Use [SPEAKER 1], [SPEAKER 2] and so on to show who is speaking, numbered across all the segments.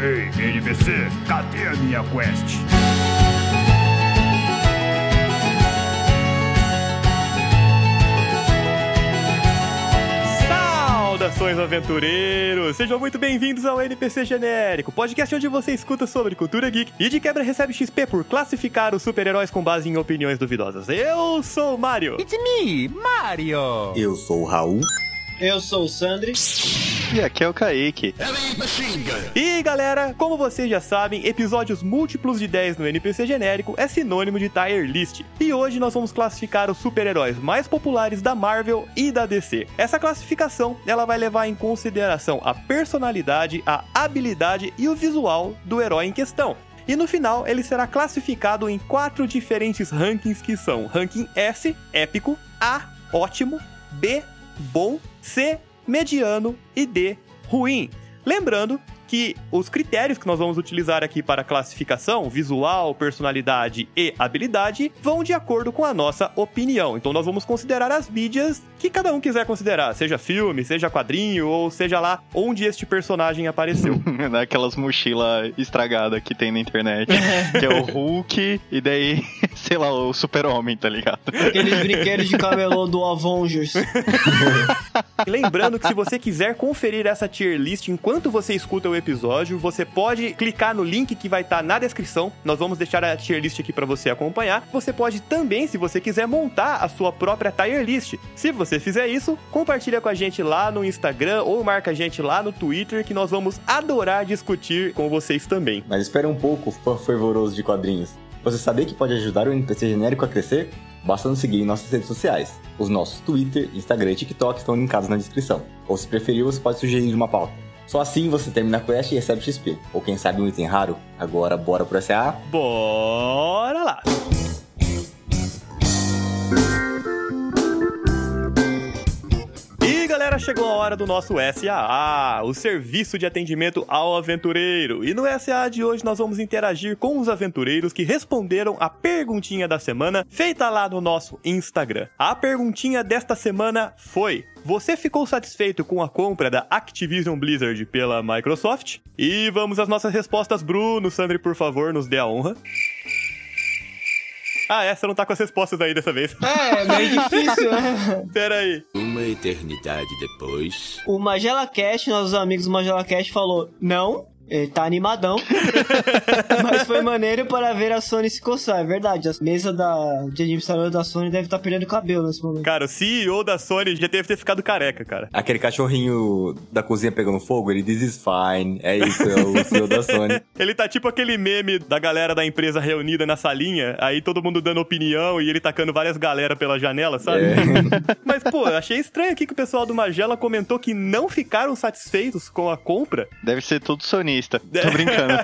[SPEAKER 1] Ei, NPC, cadê a minha quest?
[SPEAKER 2] Saudações, aventureiros! Sejam muito bem-vindos ao NPC Genérico, podcast onde você escuta sobre cultura geek e de quebra recebe XP por classificar os super-heróis com base em opiniões duvidosas. Eu sou o Mario!
[SPEAKER 3] It's me, Mario!
[SPEAKER 4] Eu sou o Raul.
[SPEAKER 5] Eu sou o Sandri.
[SPEAKER 6] E aqui é o Kaique.
[SPEAKER 2] E galera, como vocês já sabem, episódios múltiplos de 10 no NPC genérico é sinônimo de tier list. E hoje nós vamos classificar os super-heróis mais populares da Marvel e da DC. Essa classificação, ela vai levar em consideração a personalidade, a habilidade e o visual do herói em questão. E no final, ele será classificado em quatro diferentes rankings que são: ranking S, épico, A, ótimo, B, bom, C, mediano e D, ruim. Lembrando que os critérios que nós vamos utilizar aqui para classificação, visual, personalidade e habilidade, vão de acordo com a nossa opinião. Então nós vamos considerar as mídias que cada um quiser considerar, seja filme, seja quadrinho ou seja lá onde este personagem apareceu.
[SPEAKER 6] Naquelas mochilas estragadas que tem na internet, que é o Hulk e daí, sei lá, o Super-Homem, tá ligado?
[SPEAKER 5] Aqueles brinquedos de camelô do Avengers.
[SPEAKER 2] Lembrando que se você quiser conferir essa tier list enquanto você escuta o episódio, você pode clicar no link que vai estar na descrição. Nós vamos deixar a tier list aqui para você acompanhar. Você pode também, se você quiser, montar a sua própria tier list. Se você fizer isso, compartilha com a gente lá no Instagram ou marca a gente lá no Twitter que nós vamos adorar discutir com vocês também.
[SPEAKER 4] Mas espera um pouco, fã fervoroso de quadrinhos. Você sabia que pode ajudar o NPC genérico a crescer? Basta nos seguir em nossas redes sociais. Os nossos Twitter, Instagram e TikTok estão linkados na descrição. Ou se preferir, você pode sugerir uma pauta. Só assim você termina a quest e recebe XP. Ou quem sabe um item raro. Agora bora pro SA.
[SPEAKER 2] Bora lá! E galera, chegou a hora do nosso SAA, o serviço de atendimento ao aventureiro. E no SAA de hoje nós vamos interagir com os aventureiros que responderam a perguntinha da semana feita lá no nosso Instagram. A perguntinha desta semana foi: Você ficou satisfeito com a compra da Activision Blizzard pela Microsoft? E vamos às nossas respostas, Bruno. Sandri, por favor, nos dê a honra. Ah, essa não tá com as respostas aí dessa vez.
[SPEAKER 5] É, meio difícil, né?
[SPEAKER 2] Pera aí.
[SPEAKER 7] Uma eternidade depois.
[SPEAKER 5] O Magela Cash, nossos amigos do Magela Cash, falou: não. Ele tá animadão. Mas foi maneiro para ver a Sony se coçar. É verdade, a mesa da, de administrador da Sony deve estar perdendo cabelo nesse momento.
[SPEAKER 2] Cara, o CEO da Sony já deve ter ficado careca, cara.
[SPEAKER 4] Aquele cachorrinho da cozinha pegando fogo, ele diz is fine. É isso, é o CEO da Sony.
[SPEAKER 2] Ele tá tipo aquele meme da galera da empresa reunida na salinha, aí todo mundo dando opinião e ele tacando várias galera pela janela, sabe?
[SPEAKER 4] É.
[SPEAKER 2] Mas, pô, achei estranho aqui que o pessoal do Magela comentou que não ficaram satisfeitos com a compra.
[SPEAKER 6] Deve ser todo sonista. Tô brincando.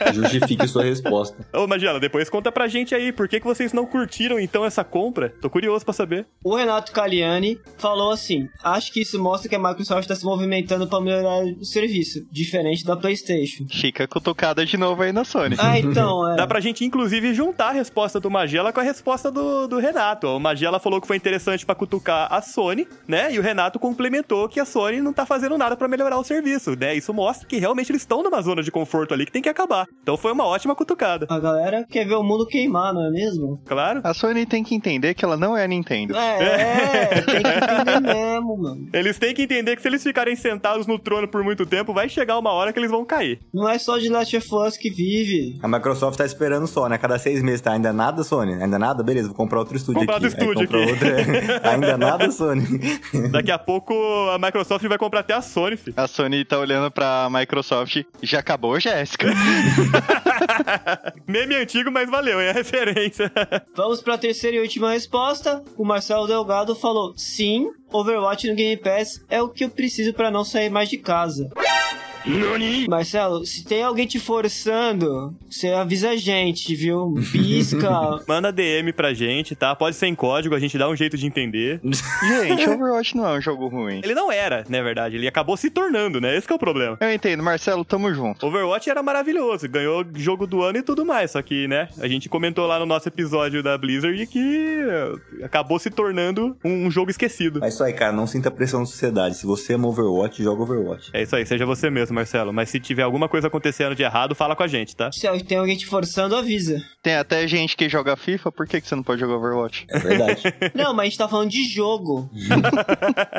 [SPEAKER 4] É, Justifique sua resposta.
[SPEAKER 2] Ô, Magela, depois conta pra gente aí por que, que vocês não curtiram então essa compra. Tô curioso pra saber.
[SPEAKER 5] O Renato Caliani falou assim: acho que isso mostra que a Microsoft está se movimentando para melhorar o serviço, diferente da PlayStation.
[SPEAKER 6] Chica cutucada de novo aí na Sony.
[SPEAKER 5] Ah, então, é.
[SPEAKER 2] Dá pra gente, inclusive, juntar a resposta do Magela com a resposta do, do Renato. O Magela falou que foi interessante pra cutucar a Sony, né? E o Renato complementou que a Sony não tá fazendo nada pra melhorar o serviço, né? Isso mostra que realmente eles estão numa zona de conforto ali que tem que acabar. Então foi uma ótima cutucada.
[SPEAKER 5] A galera quer ver o mundo queimar, não é mesmo?
[SPEAKER 2] Claro.
[SPEAKER 6] A Sony tem que entender que ela não é a Nintendo.
[SPEAKER 5] É, é, tem que entender mesmo, mano.
[SPEAKER 2] Eles têm que entender que se eles ficarem sentados no trono por muito tempo, vai chegar uma hora que eles vão cair.
[SPEAKER 5] Não é só de Last of Us que vive.
[SPEAKER 4] A Microsoft tá esperando só, né? Cada seis meses tá ainda nada, Sony. Ainda nada? Beleza, vou comprar outro estúdio
[SPEAKER 2] Comprar
[SPEAKER 4] aqui.
[SPEAKER 2] outro estúdio
[SPEAKER 4] Aí compra
[SPEAKER 2] aqui.
[SPEAKER 4] outra. ainda nada, Sony.
[SPEAKER 2] Daqui a pouco a Microsoft vai comprar até a Sony, filho.
[SPEAKER 6] A Sony tá olhando pra Microsoft. Já acabou, Jéssica?
[SPEAKER 2] Meme antigo, mas valeu, é a referência.
[SPEAKER 5] Vamos pra terceira e última resposta. O Marcelo Delgado falou: sim, Overwatch no Game Pass é o que eu preciso pra não sair mais de casa. Marcelo, se tem alguém te forçando, você avisa a gente, viu? Pisca.
[SPEAKER 2] Manda DM pra gente, tá? Pode ser em código, a gente dá um jeito de entender.
[SPEAKER 6] Gente, Overwatch não é um jogo ruim.
[SPEAKER 2] Ele não era, na verdade, ele acabou se tornando, né? Esse que é o problema.
[SPEAKER 6] Eu entendo, Marcelo, tamo junto.
[SPEAKER 2] Overwatch era maravilhoso, ganhou jogo do ano e tudo mais, só que, né, a gente comentou lá no nosso episódio da Blizzard que eh, acabou se tornando um um jogo esquecido.
[SPEAKER 4] É isso aí, cara. Não sinta pressão da sociedade. Se você ama Overwatch, joga Overwatch.
[SPEAKER 2] É isso aí, seja você mesmo. coisa, Marcelo, mas se tiver alguma coisa acontecendo de errado, fala com a gente, tá?
[SPEAKER 5] Se tem alguém te forçando, avisa.
[SPEAKER 6] Tem até gente que joga FIFA, por que, que você não pode jogar Overwatch?
[SPEAKER 4] É verdade.
[SPEAKER 5] Não, mas a gente tá falando de jogo.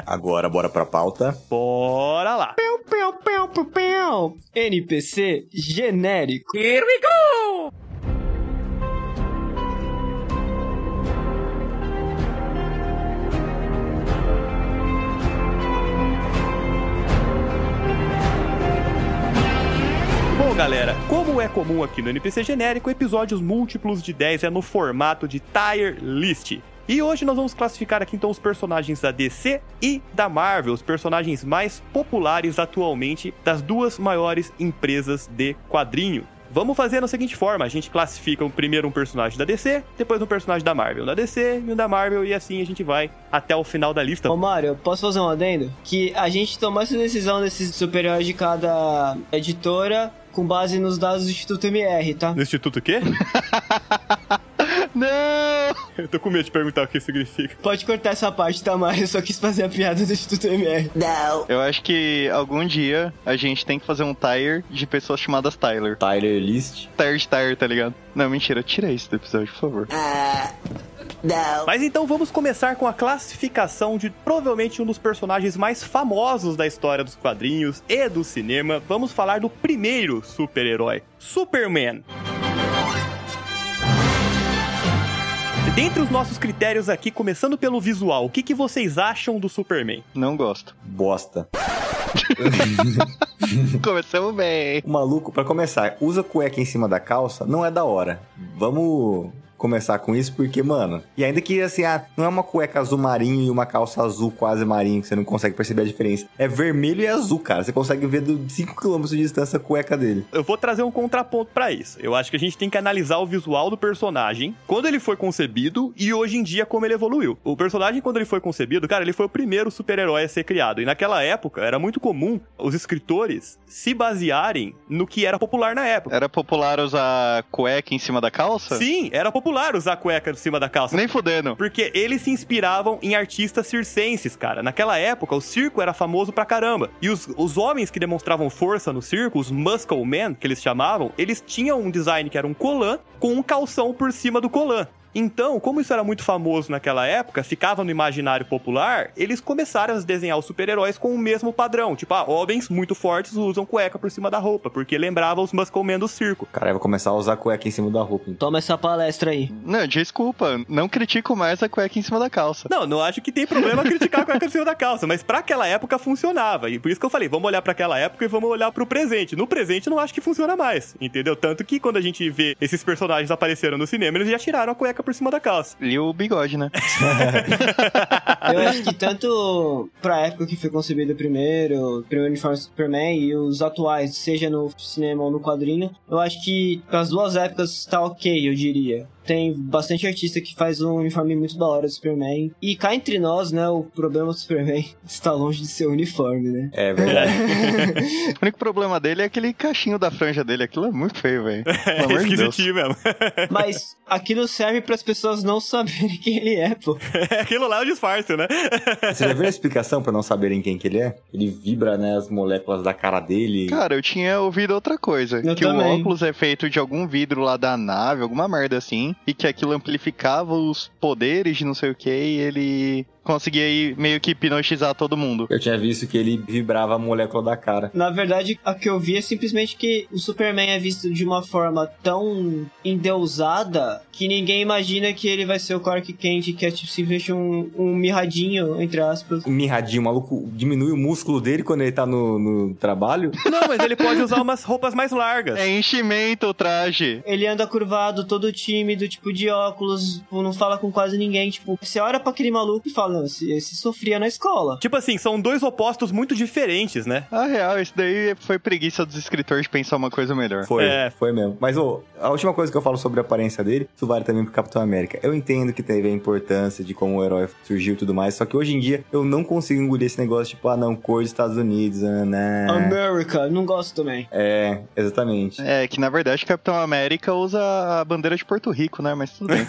[SPEAKER 4] Agora, bora pra pauta.
[SPEAKER 2] Bora lá!
[SPEAKER 5] Pel, pel, pel, pel, pel. NPC genérico.
[SPEAKER 2] Bom, galera, como é comum aqui no NPC Genérico, episódios múltiplos de 10 é no formato de tier list. E hoje nós vamos classificar aqui então os personagens da DC e da Marvel, os personagens mais populares atualmente das duas maiores empresas de quadrinho. Vamos fazer da seguinte forma: a gente classifica primeiro um personagem da DC, depois um personagem da Marvel, um da DC e um da Marvel, e assim a gente vai até o final da lista.
[SPEAKER 5] Ô Mário, eu posso fazer um adendo? Que a gente tomou essa decisão desses super-heróis de cada editora com base nos dados do Instituto MR, tá?
[SPEAKER 2] No Instituto o quê?
[SPEAKER 6] Não!
[SPEAKER 2] Eu tô com medo de perguntar o que significa.
[SPEAKER 5] Pode cortar essa parte, tá, Mário? Eu só quis fazer a piada do Instituto MR.
[SPEAKER 6] Eu acho que algum dia a gente tem que fazer um tire de pessoas chamadas Tyler.
[SPEAKER 4] Tyler List.
[SPEAKER 6] Tire de Tyler, tá ligado? Não, mentira, tira isso do episódio, por favor.
[SPEAKER 2] Mas então vamos começar com a classificação de provavelmente um dos personagens mais famosos da história dos quadrinhos e do cinema. Vamos falar do primeiro super-herói, Superman. Dentre os nossos critérios aqui, começando pelo visual, o que, que vocês acham do Superman?
[SPEAKER 6] Não gosto.
[SPEAKER 4] Bosta.
[SPEAKER 6] Começamos bem.
[SPEAKER 4] O maluco, pra começar, usa cueca em cima da calça, não é da hora. Vamos começar com isso, porque, mano. E ainda que assim, ah, não é uma cueca azul marinho e uma calça azul quase marinho, que você não consegue perceber a diferença. É vermelho e azul, cara. Você consegue ver do 5km de distância a cueca dele.
[SPEAKER 2] Eu vou trazer um contraponto pra isso. Eu acho que a gente tem que analisar o visual do personagem, quando ele foi concebido e hoje em dia como ele evoluiu. O personagem quando ele foi concebido, cara, ele foi o primeiro super-herói a ser criado. E naquela época era muito comum os escritores se basearem no que era popular na época.
[SPEAKER 6] Era popular usar cueca em cima da calça?
[SPEAKER 2] Sim, era popular usar cueca em cima da calça.
[SPEAKER 6] Nem fudendo.
[SPEAKER 2] Porque eles se inspiravam em artistas circenses, cara. Naquela época, o circo era famoso pra caramba. E os, os homens que demonstravam força no circo, os muscle men, que eles chamavam, eles tinham um design que era um colã com um calção por cima do colã. Então, como isso era muito famoso naquela época, ficava no imaginário popular, eles começaram a desenhar os super-heróis com o mesmo padrão. Tipo, ah, homens muito fortes usam cueca por cima da roupa, porque lembrava os muscle men do circo.
[SPEAKER 4] Cara, eu vou começar a usar cueca em cima da roupa. então.
[SPEAKER 5] Toma essa palestra aí.
[SPEAKER 6] Não, desculpa, não critico mais a cueca em cima da calça.
[SPEAKER 2] Não, não acho que tem problema criticar a cueca em cima da calça, mas pra aquela época funcionava. E por isso que eu falei, vamos olhar pra aquela época e vamos olhar pro presente. No presente não acho que funciona mais, entendeu? Tanto que quando a gente vê esses personagens apareceram no cinema, eles já tiraram a cueca por cima da calça.
[SPEAKER 6] E o bigode, né?
[SPEAKER 5] Eu acho que tanto pra época que foi concebido o primeiro, o primeiro uniforme do Superman e os atuais, seja no cinema ou no quadrinho, eu acho que pras duas épocas tá ok, eu diria. Tem bastante artista que faz um uniforme muito da hora do Superman. E cá entre nós, né, o problema do Superman está longe de ser o uniforme, né?
[SPEAKER 4] É verdade.
[SPEAKER 6] O único problema dele é aquele cachinho da franja dele. Aquilo é muito feio, velho. Pelo amor de Deus.
[SPEAKER 2] É Esquisitinho mesmo.
[SPEAKER 5] Mas aquilo serve pras pessoas não saberem quem ele é, pô.
[SPEAKER 2] Aquilo lá é o disfarce, né?
[SPEAKER 4] Você já viu a explicação pra não saberem quem que ele é? Ele vibra, né, as moléculas da cara dele.
[SPEAKER 6] Cara, eu tinha ouvido outra coisa.
[SPEAKER 5] Eu
[SPEAKER 6] que o
[SPEAKER 5] também.
[SPEAKER 6] óculos é feito de algum vidro lá da nave, alguma merda assim. E que aquilo amplificava os poderes de não sei o que. E ele conseguia aí meio que hipnotizar todo mundo.
[SPEAKER 4] Eu tinha visto que ele vibrava a molécula da cara.
[SPEAKER 5] Na verdade, a que eu vi é simplesmente que o Superman é visto de uma forma tão endeusada que ninguém imagina que ele vai ser o Clark Kent, que é tipo, simplesmente um, um mirradinho, entre aspas.
[SPEAKER 4] O mirradinho, o maluco diminui o músculo dele quando ele tá no, no trabalho.
[SPEAKER 2] Não, mas ele pode usar umas roupas mais largas.
[SPEAKER 6] É enchimento o traje.
[SPEAKER 5] Ele anda curvado, todo tímido, tipo, de óculos, tipo, não fala com quase ninguém. Tipo, você olha pra aquele maluco e fala, "Não, esse, esse sofria na escola.
[SPEAKER 2] Tipo assim, são dois opostos muito diferentes, né?
[SPEAKER 6] A real, isso daí foi preguiça dos escritores de pensar uma coisa melhor.
[SPEAKER 4] Foi,
[SPEAKER 2] É.
[SPEAKER 4] foi mesmo. Mas, ô, a última coisa que eu falo sobre a aparência dele, isso vale também pro Capitão América. Eu entendo que teve a importância de como o herói surgiu e tudo mais, só que hoje em dia eu não consigo engolir esse negócio, tipo, ah, não, cor dos Estados Unidos, ah, né?
[SPEAKER 5] America, não gosto também.
[SPEAKER 4] É, exatamente.
[SPEAKER 6] É, que na verdade Capitão América usa a bandeira de Porto Rico, né? Mas tudo bem.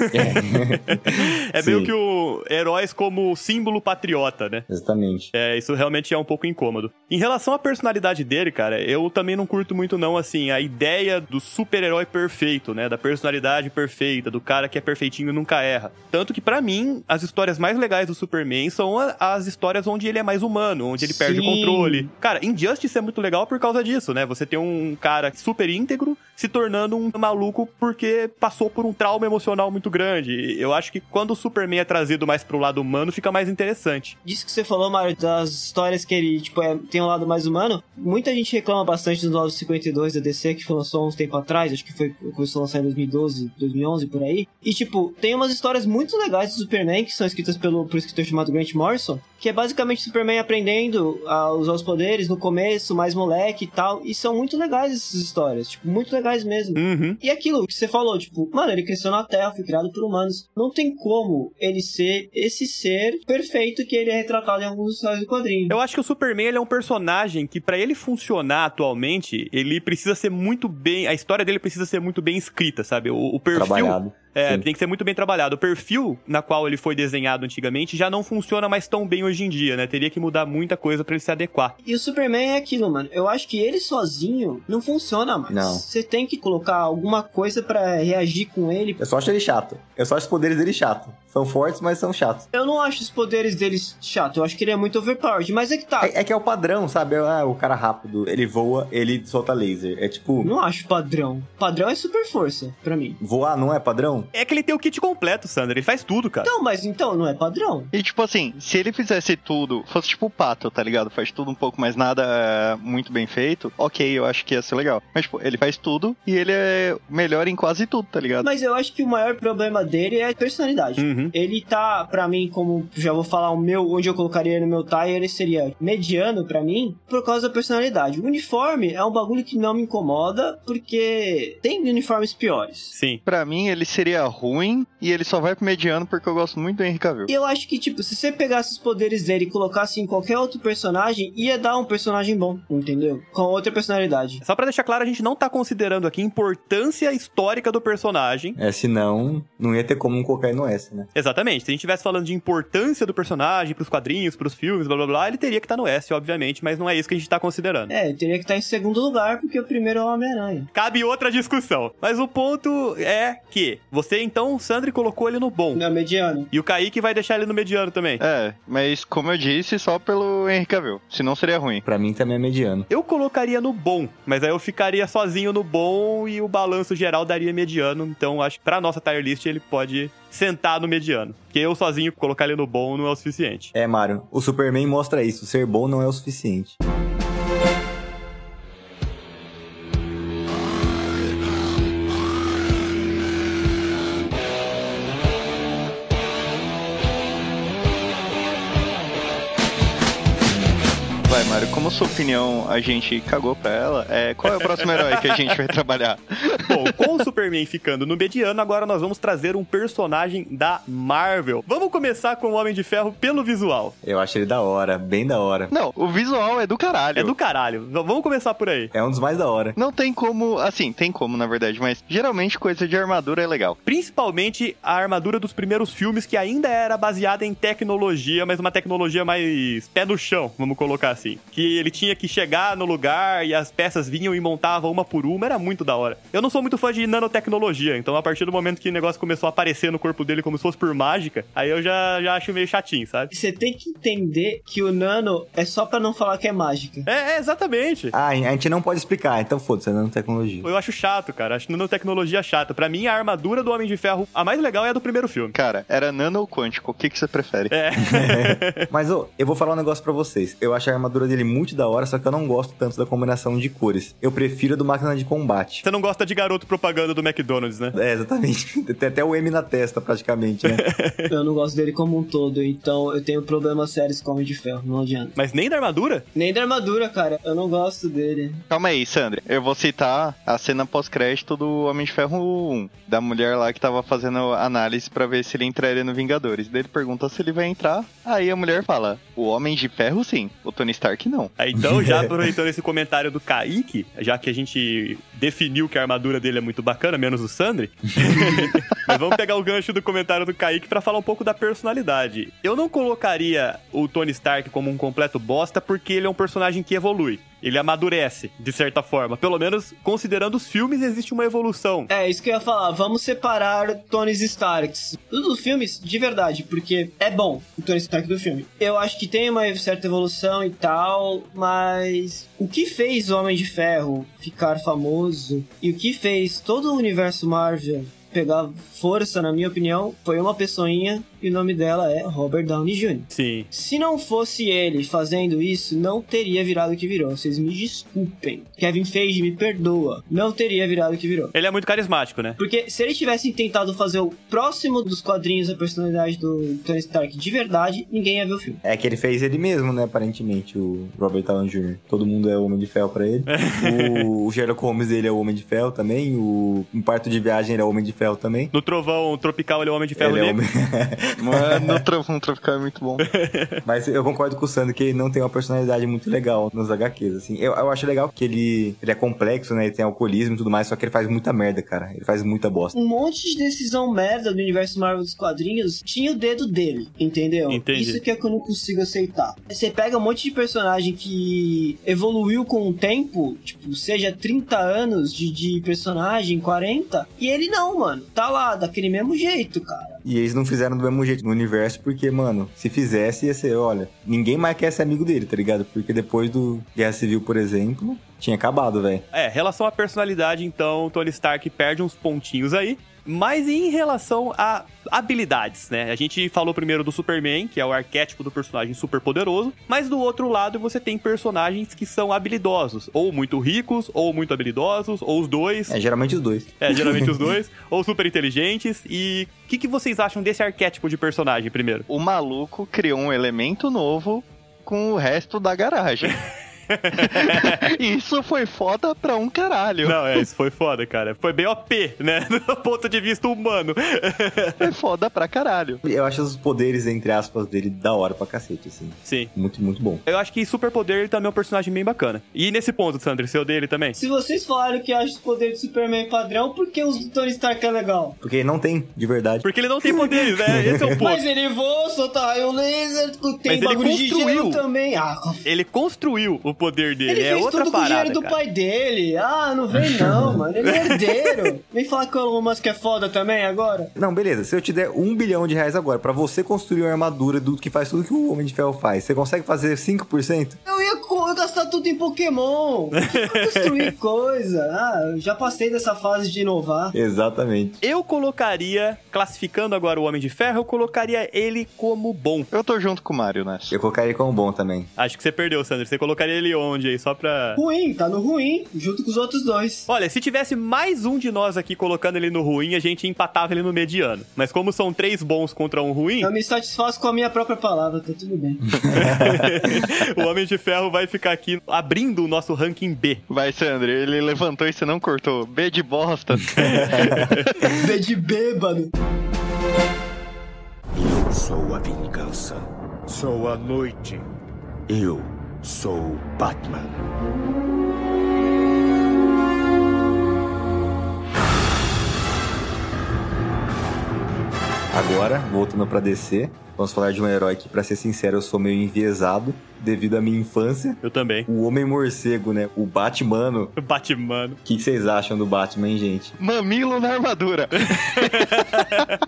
[SPEAKER 2] É
[SPEAKER 4] Sim.
[SPEAKER 2] meio que o heróis como o símbolo patriota, né?
[SPEAKER 4] Exatamente.
[SPEAKER 2] É, isso realmente é um pouco incômodo. Em relação à personalidade dele, cara, eu também não curto muito, não, assim, a ideia do super-herói perfeito, né? Da personalidade perfeita, do cara que é perfeitinho e nunca erra. Tanto que, pra mim, as histórias mais legais do Superman são a- as histórias onde ele é mais humano, onde ele perde o
[SPEAKER 5] Sim.
[SPEAKER 2] controle. Cara, Injustice é muito legal por causa disso, né? Você tem um cara super íntegro se tornando um maluco porque passou por um trauma emocional muito grande. E Eu acho que quando o Superman é trazido mais pro lado humano, fica mais interessante.
[SPEAKER 5] Disso que você falou, Mário, das histórias que ele tipo, é- tem um lado mais humano, muita gente reclama bastante do 952 da DC, que foi lançou há uns tempo atrás, acho que foi começou a lançar em 2012, 2011, por aí. E, tipo, tem umas histórias muito legais do Superman, que são escritas pelo, por um escritor chamado Grant Morrison, que é basicamente o Superman aprendendo a usar os poderes no começo, mais moleque e tal, e são muito legais essas histórias, tipo, muito legais mesmo.
[SPEAKER 2] Uhum.
[SPEAKER 5] E aquilo que você falou, tipo, mano, ele cresceu na Terra, foi criado por humanos. Não tem como ele ser esse ser perfeito que ele é retratado em alguns histórias do quadrinho.
[SPEAKER 2] Eu acho que o Superman ele é um personagem que, pra ele funcionar atualmente, ele precisa ser muito bem. A história dele precisa ser muito bem escrita, sabe? O, o perfil.
[SPEAKER 4] Trabalhado.
[SPEAKER 2] É,
[SPEAKER 4] Sim.
[SPEAKER 2] tem que ser muito bem trabalhado. O perfil na qual ele foi desenhado antigamente já não funciona mais tão bem hoje em dia, né? Teria que mudar muita coisa pra ele se adequar.
[SPEAKER 5] E o Superman é aquilo, mano. Eu acho que ele sozinho não funciona mais.
[SPEAKER 4] Não.
[SPEAKER 5] Você tem que colocar alguma coisa pra reagir com ele.
[SPEAKER 4] Eu só acho ele chato. Eu só acho os poderes dele chato. São fortes, mas são chatos.
[SPEAKER 5] Eu não acho os poderes dele chato. Eu acho que ele é muito overpowered. Mas é que
[SPEAKER 2] Ah.
[SPEAKER 5] tá.
[SPEAKER 4] É, é que é o padrão, sabe? Ah, o cara rápido, ele voa, ele solta laser. É tipo,
[SPEAKER 5] Não acho padrão. Padrão é super força, pra mim.
[SPEAKER 4] voar não é padrão?
[SPEAKER 2] É que ele tem o kit completo, Sandra. Ele faz tudo, cara.
[SPEAKER 5] Então, mas então, não é padrão.
[SPEAKER 6] E tipo assim, se ele fizesse tudo, fosse tipo o pato, tá ligado? Faz tudo um pouco, mas nada é, muito bem feito, ok, eu acho que ia ser legal. Mas, tipo, ele faz tudo e ele é melhor em quase tudo, tá ligado?
[SPEAKER 5] Mas eu acho que o maior problema dele é a personalidade.
[SPEAKER 2] Uhum.
[SPEAKER 5] Ele tá, pra mim, como já vou falar o meu, onde eu colocaria ele no meu tire, ele seria mediano pra mim, por causa da personalidade. O uniforme é um bagulho que não me incomoda, porque tem uniformes piores.
[SPEAKER 2] Sim.
[SPEAKER 6] Pra mim, ele seria ruim e ele só vai pro mediano porque eu gosto muito do Henry Cavill.
[SPEAKER 5] E eu acho que, tipo, se você pegasse os poderes dele e colocasse em qualquer outro personagem, ia dar um personagem bom, entendeu? Com outra personalidade.
[SPEAKER 2] Só pra deixar claro, a gente não tá considerando aqui a importância histórica do personagem.
[SPEAKER 4] É, senão não ia ter como um colocar ele no S, né?
[SPEAKER 2] Exatamente. Se a gente estivesse falando de importância do personagem pros quadrinhos, pros filmes, blá blá blá, ele teria que estar no S, obviamente, mas não é isso que a gente tá considerando.
[SPEAKER 5] É, eu teria que estar em segundo lugar, porque o primeiro é o Homem-Aranha.
[SPEAKER 2] Cabe outra discussão. Mas o ponto é que você então, o Sandri, colocou ele no bom.
[SPEAKER 5] Não, é mediano.
[SPEAKER 2] E o Kaique vai deixar ele no mediano também.
[SPEAKER 6] É, mas como eu disse, só pelo Henry Cavill. Senão seria ruim.
[SPEAKER 4] Pra mim também é mediano.
[SPEAKER 2] Eu colocaria no bom, mas aí eu ficaria sozinho no bom e o balanço geral daria mediano. Então acho que pra nossa tier list ele pode sentar no mediano. Porque eu sozinho colocar ele no bom não é o suficiente.
[SPEAKER 4] É, Mario, o Superman mostra isso. Ser bom não é o suficiente.
[SPEAKER 6] Vai, Mário, como sua opinião a gente cagou pra ela, é, qual é o próximo herói que a gente vai trabalhar?
[SPEAKER 2] Bom, com o Superman ficando no mediano, agora nós vamos trazer um personagem da Marvel. Vamos começar com o Homem de Ferro pelo visual.
[SPEAKER 4] Eu acho ele da hora, bem da hora.
[SPEAKER 6] Não, o visual é do caralho.
[SPEAKER 2] É do caralho. V- Vamos começar por aí.
[SPEAKER 4] É um dos mais da hora.
[SPEAKER 6] Não tem como, assim, tem como na verdade, mas geralmente coisa de armadura é legal.
[SPEAKER 2] Principalmente a armadura dos primeiros filmes, que ainda era baseada em tecnologia, mas uma tecnologia mais pé no chão, vamos colocar assim. Que ele tinha que chegar no lugar e as peças vinham e montavam uma por uma, era muito da hora. Eu não sou muito fã de nanotecnologia, então a partir do momento que o negócio começou a aparecer no corpo dele como se fosse por mágica, aí eu já, já acho meio chatinho, sabe?
[SPEAKER 5] Você tem que entender que o nano é só pra não falar que é mágica.
[SPEAKER 2] É, é exatamente.
[SPEAKER 4] Ah, a gente não pode explicar, então foda-se, é nanotecnologia.
[SPEAKER 2] Eu acho chato, cara. Acho nanotecnologia chata. Pra mim, a armadura do Homem de Ferro, a mais legal é a do primeiro filme.
[SPEAKER 6] Cara, era nano ou quântico, o que, que você prefere?
[SPEAKER 2] É.
[SPEAKER 4] Mas ô, eu vou falar um negócio pra vocês. Eu acho a armadura dele muito da hora, só que eu não gosto tanto da combinação de cores. Eu prefiro a do máquina de combate.
[SPEAKER 2] Você não gosta de garoto propaganda do McDonald's, né?
[SPEAKER 4] É, exatamente. Tem até o M na testa, praticamente, né?
[SPEAKER 5] Eu não gosto dele como um todo, então eu tenho problemas sérios com o Homem de Ferro, não adianta.
[SPEAKER 2] Mas nem da armadura?
[SPEAKER 5] Nem da armadura, cara, eu não gosto dele.
[SPEAKER 6] Calma aí, Sandra. Eu vou citar a cena pós-crédito do Homem de Ferro 1, da mulher lá que tava fazendo análise pra ver se ele entraria no Vingadores. Daí ele pergunta se ele vai entrar. Aí a mulher fala: O Homem de Ferro sim. O Tony Stark não.
[SPEAKER 2] Ah, Então, já aproveitando esse comentário do Kaique, já que a gente definiu que a armadura dele é muito bacana, menos o Sandri, mas vamos pegar o gancho do comentário do Kaique pra falar um pouco da personalidade. Eu não colocaria o Tony Stark como um completo bosta, porque ele é um personagem que evolui. Ele amadurece, de certa forma. Pelo menos, considerando os filmes, existe uma evolução.
[SPEAKER 5] É, isso que eu ia falar. Vamos separar Tony Starks. Todos os filmes, de verdade, porque é bom o Tony Stark do filme. Eu acho que tem uma certa evolução e tal, mas o que fez o Homem de Ferro ficar famoso e o que fez todo o universo Marvel pegar força, na minha opinião, foi uma pessoinha e o nome dela é Robert Downey Jr.
[SPEAKER 2] Sim.
[SPEAKER 5] Se não fosse ele fazendo isso, não teria virado o que virou. Vocês me desculpem. Kevin Feige me perdoa. Não teria virado o que virou.
[SPEAKER 2] Ele é muito carismático, né?
[SPEAKER 5] Porque se eles tivessem tentado fazer o próximo dos quadrinhos a personalidade do Tony Stark de verdade, ninguém ia ver o filme.
[SPEAKER 4] É que ele fez ele mesmo, né? Aparentemente, o Robert Downey Jr. Todo mundo é o Homem de Ferro pra ele. o, o Sherlock Holmes, ele é o Homem de Ferro também. O em Parto de Viagem, ele é o Homem de Ferro também.
[SPEAKER 2] No Trovão Tropical, ele é o Homem de Ferro
[SPEAKER 4] ele é o
[SPEAKER 2] Negro.
[SPEAKER 4] homem...
[SPEAKER 6] Mano, o Trovão Tropical é muito bom.
[SPEAKER 4] Mas eu concordo com o Sandro que ele não tem uma personalidade muito legal nos HQs, assim. Eu, eu acho legal que ele, ele é complexo, né? Ele tem alcoolismo e tudo mais, só que ele faz muita merda, cara. Ele faz muita bosta.
[SPEAKER 5] Um monte de decisão merda do universo Marvel dos quadrinhos tinha o dedo dele, entendeu?
[SPEAKER 2] Entendi.
[SPEAKER 5] Isso que é que eu não consigo aceitar. Você pega um monte de personagem que evoluiu com o tempo, tipo, seja 30 anos de, de personagem, 40, e ele não, mano. Tá lá, daquele mesmo jeito, cara.
[SPEAKER 4] E eles não fizeram do mesmo jeito no universo, porque, mano, se fizesse, ia ser, olha, ninguém mais quer ser amigo dele, tá ligado? Porque depois do Guerra Civil, por exemplo, tinha acabado, velho.
[SPEAKER 2] É, relação à personalidade, então, Tony Stark perde uns pontinhos aí. Mas em relação a habilidades, né? A gente falou primeiro do Superman, que é o arquétipo do personagem super poderoso, mas do outro lado você tem personagens que são habilidosos, ou muito ricos, ou muito habilidosos, ou os dois,
[SPEAKER 4] É, geralmente os dois.
[SPEAKER 2] é, geralmente os dois, ou super inteligentes. E o que, que vocês acham desse arquétipo de personagem primeiro?
[SPEAKER 6] O maluco criou um elemento novo com o resto da garagem. Isso foi foda pra um caralho.
[SPEAKER 2] Não, é, isso foi foda, cara. Foi bem OP, né? Do ponto de vista humano.
[SPEAKER 6] Foi É foda pra caralho.
[SPEAKER 4] Eu acho os poderes, entre aspas, dele da hora pra cacete, assim.
[SPEAKER 2] Sim.
[SPEAKER 4] Muito, muito bom.
[SPEAKER 2] Eu acho que superpoder ele também é um personagem bem bacana. E nesse ponto, Sandra, seu dele também?
[SPEAKER 5] Se vocês falaram que acham os poderes do Superman padrão, por que os do Tony Stark é legal?
[SPEAKER 4] Porque ele não tem, de verdade.
[SPEAKER 2] Porque ele não tem poderes, né? Esse é o
[SPEAKER 5] Mas
[SPEAKER 2] ponto.
[SPEAKER 5] ele voa, solta raio laser,
[SPEAKER 2] Mas
[SPEAKER 5] tem
[SPEAKER 2] ele
[SPEAKER 5] bagulho de
[SPEAKER 2] construiu.
[SPEAKER 5] dinheiro também. Ah,
[SPEAKER 2] Ele construiu o poder dele,
[SPEAKER 5] ele
[SPEAKER 2] é
[SPEAKER 5] fez
[SPEAKER 2] outra
[SPEAKER 5] tudo com o
[SPEAKER 2] parada.
[SPEAKER 5] dinheiro do
[SPEAKER 2] cara.
[SPEAKER 5] pai dele. Ah, não vem não, mano. Ele é herdeiro. Vem falar que o Elon Musk é foda também agora.
[SPEAKER 4] Não, beleza. Se eu te der um bilhão de reais agora pra você construir uma armadura do que faz tudo que o Homem de Ferro faz, você consegue fazer 5%?
[SPEAKER 5] Eu ia co- gastar tudo em Pokémon. Construir coisa. Ah, eu já passei dessa fase de inovar.
[SPEAKER 4] Exatamente.
[SPEAKER 2] Eu colocaria, classificando agora o Homem de Ferro, eu colocaria ele como bom.
[SPEAKER 6] Eu tô junto com o Mario nessa.
[SPEAKER 4] Eu colocaria ele como bom também.
[SPEAKER 2] Acho que você perdeu, Sandra. Você colocaria ele onde aí, só pra...
[SPEAKER 5] Ruim, tá no ruim, junto com os outros dois.
[SPEAKER 2] Olha, se tivesse mais um de nós aqui colocando ele no ruim, a gente empatava ele no mediano. Mas como são três bons contra um ruim,
[SPEAKER 5] Eu me satisfaço com a minha própria palavra, tá tudo bem.
[SPEAKER 2] o Homem de Ferro vai ficar aqui abrindo o nosso ranking B.
[SPEAKER 6] Vai, Sandro, ele levantou e você não cortou. B de bosta.
[SPEAKER 5] Bê de bêbado.
[SPEAKER 7] Eu sou a vingança.
[SPEAKER 1] Sou a noite.
[SPEAKER 7] Eu sou Batman.
[SPEAKER 4] Agora, voltando pra DC, vamos falar de um herói que, pra ser sincero, eu sou meio enviesado devido à minha infância.
[SPEAKER 2] Eu também.
[SPEAKER 4] O Homem Morcego, né? O Batmano.
[SPEAKER 2] Batman.
[SPEAKER 4] O que que vocês acham do Batman, hein, gente?
[SPEAKER 6] Mamilo na armadura.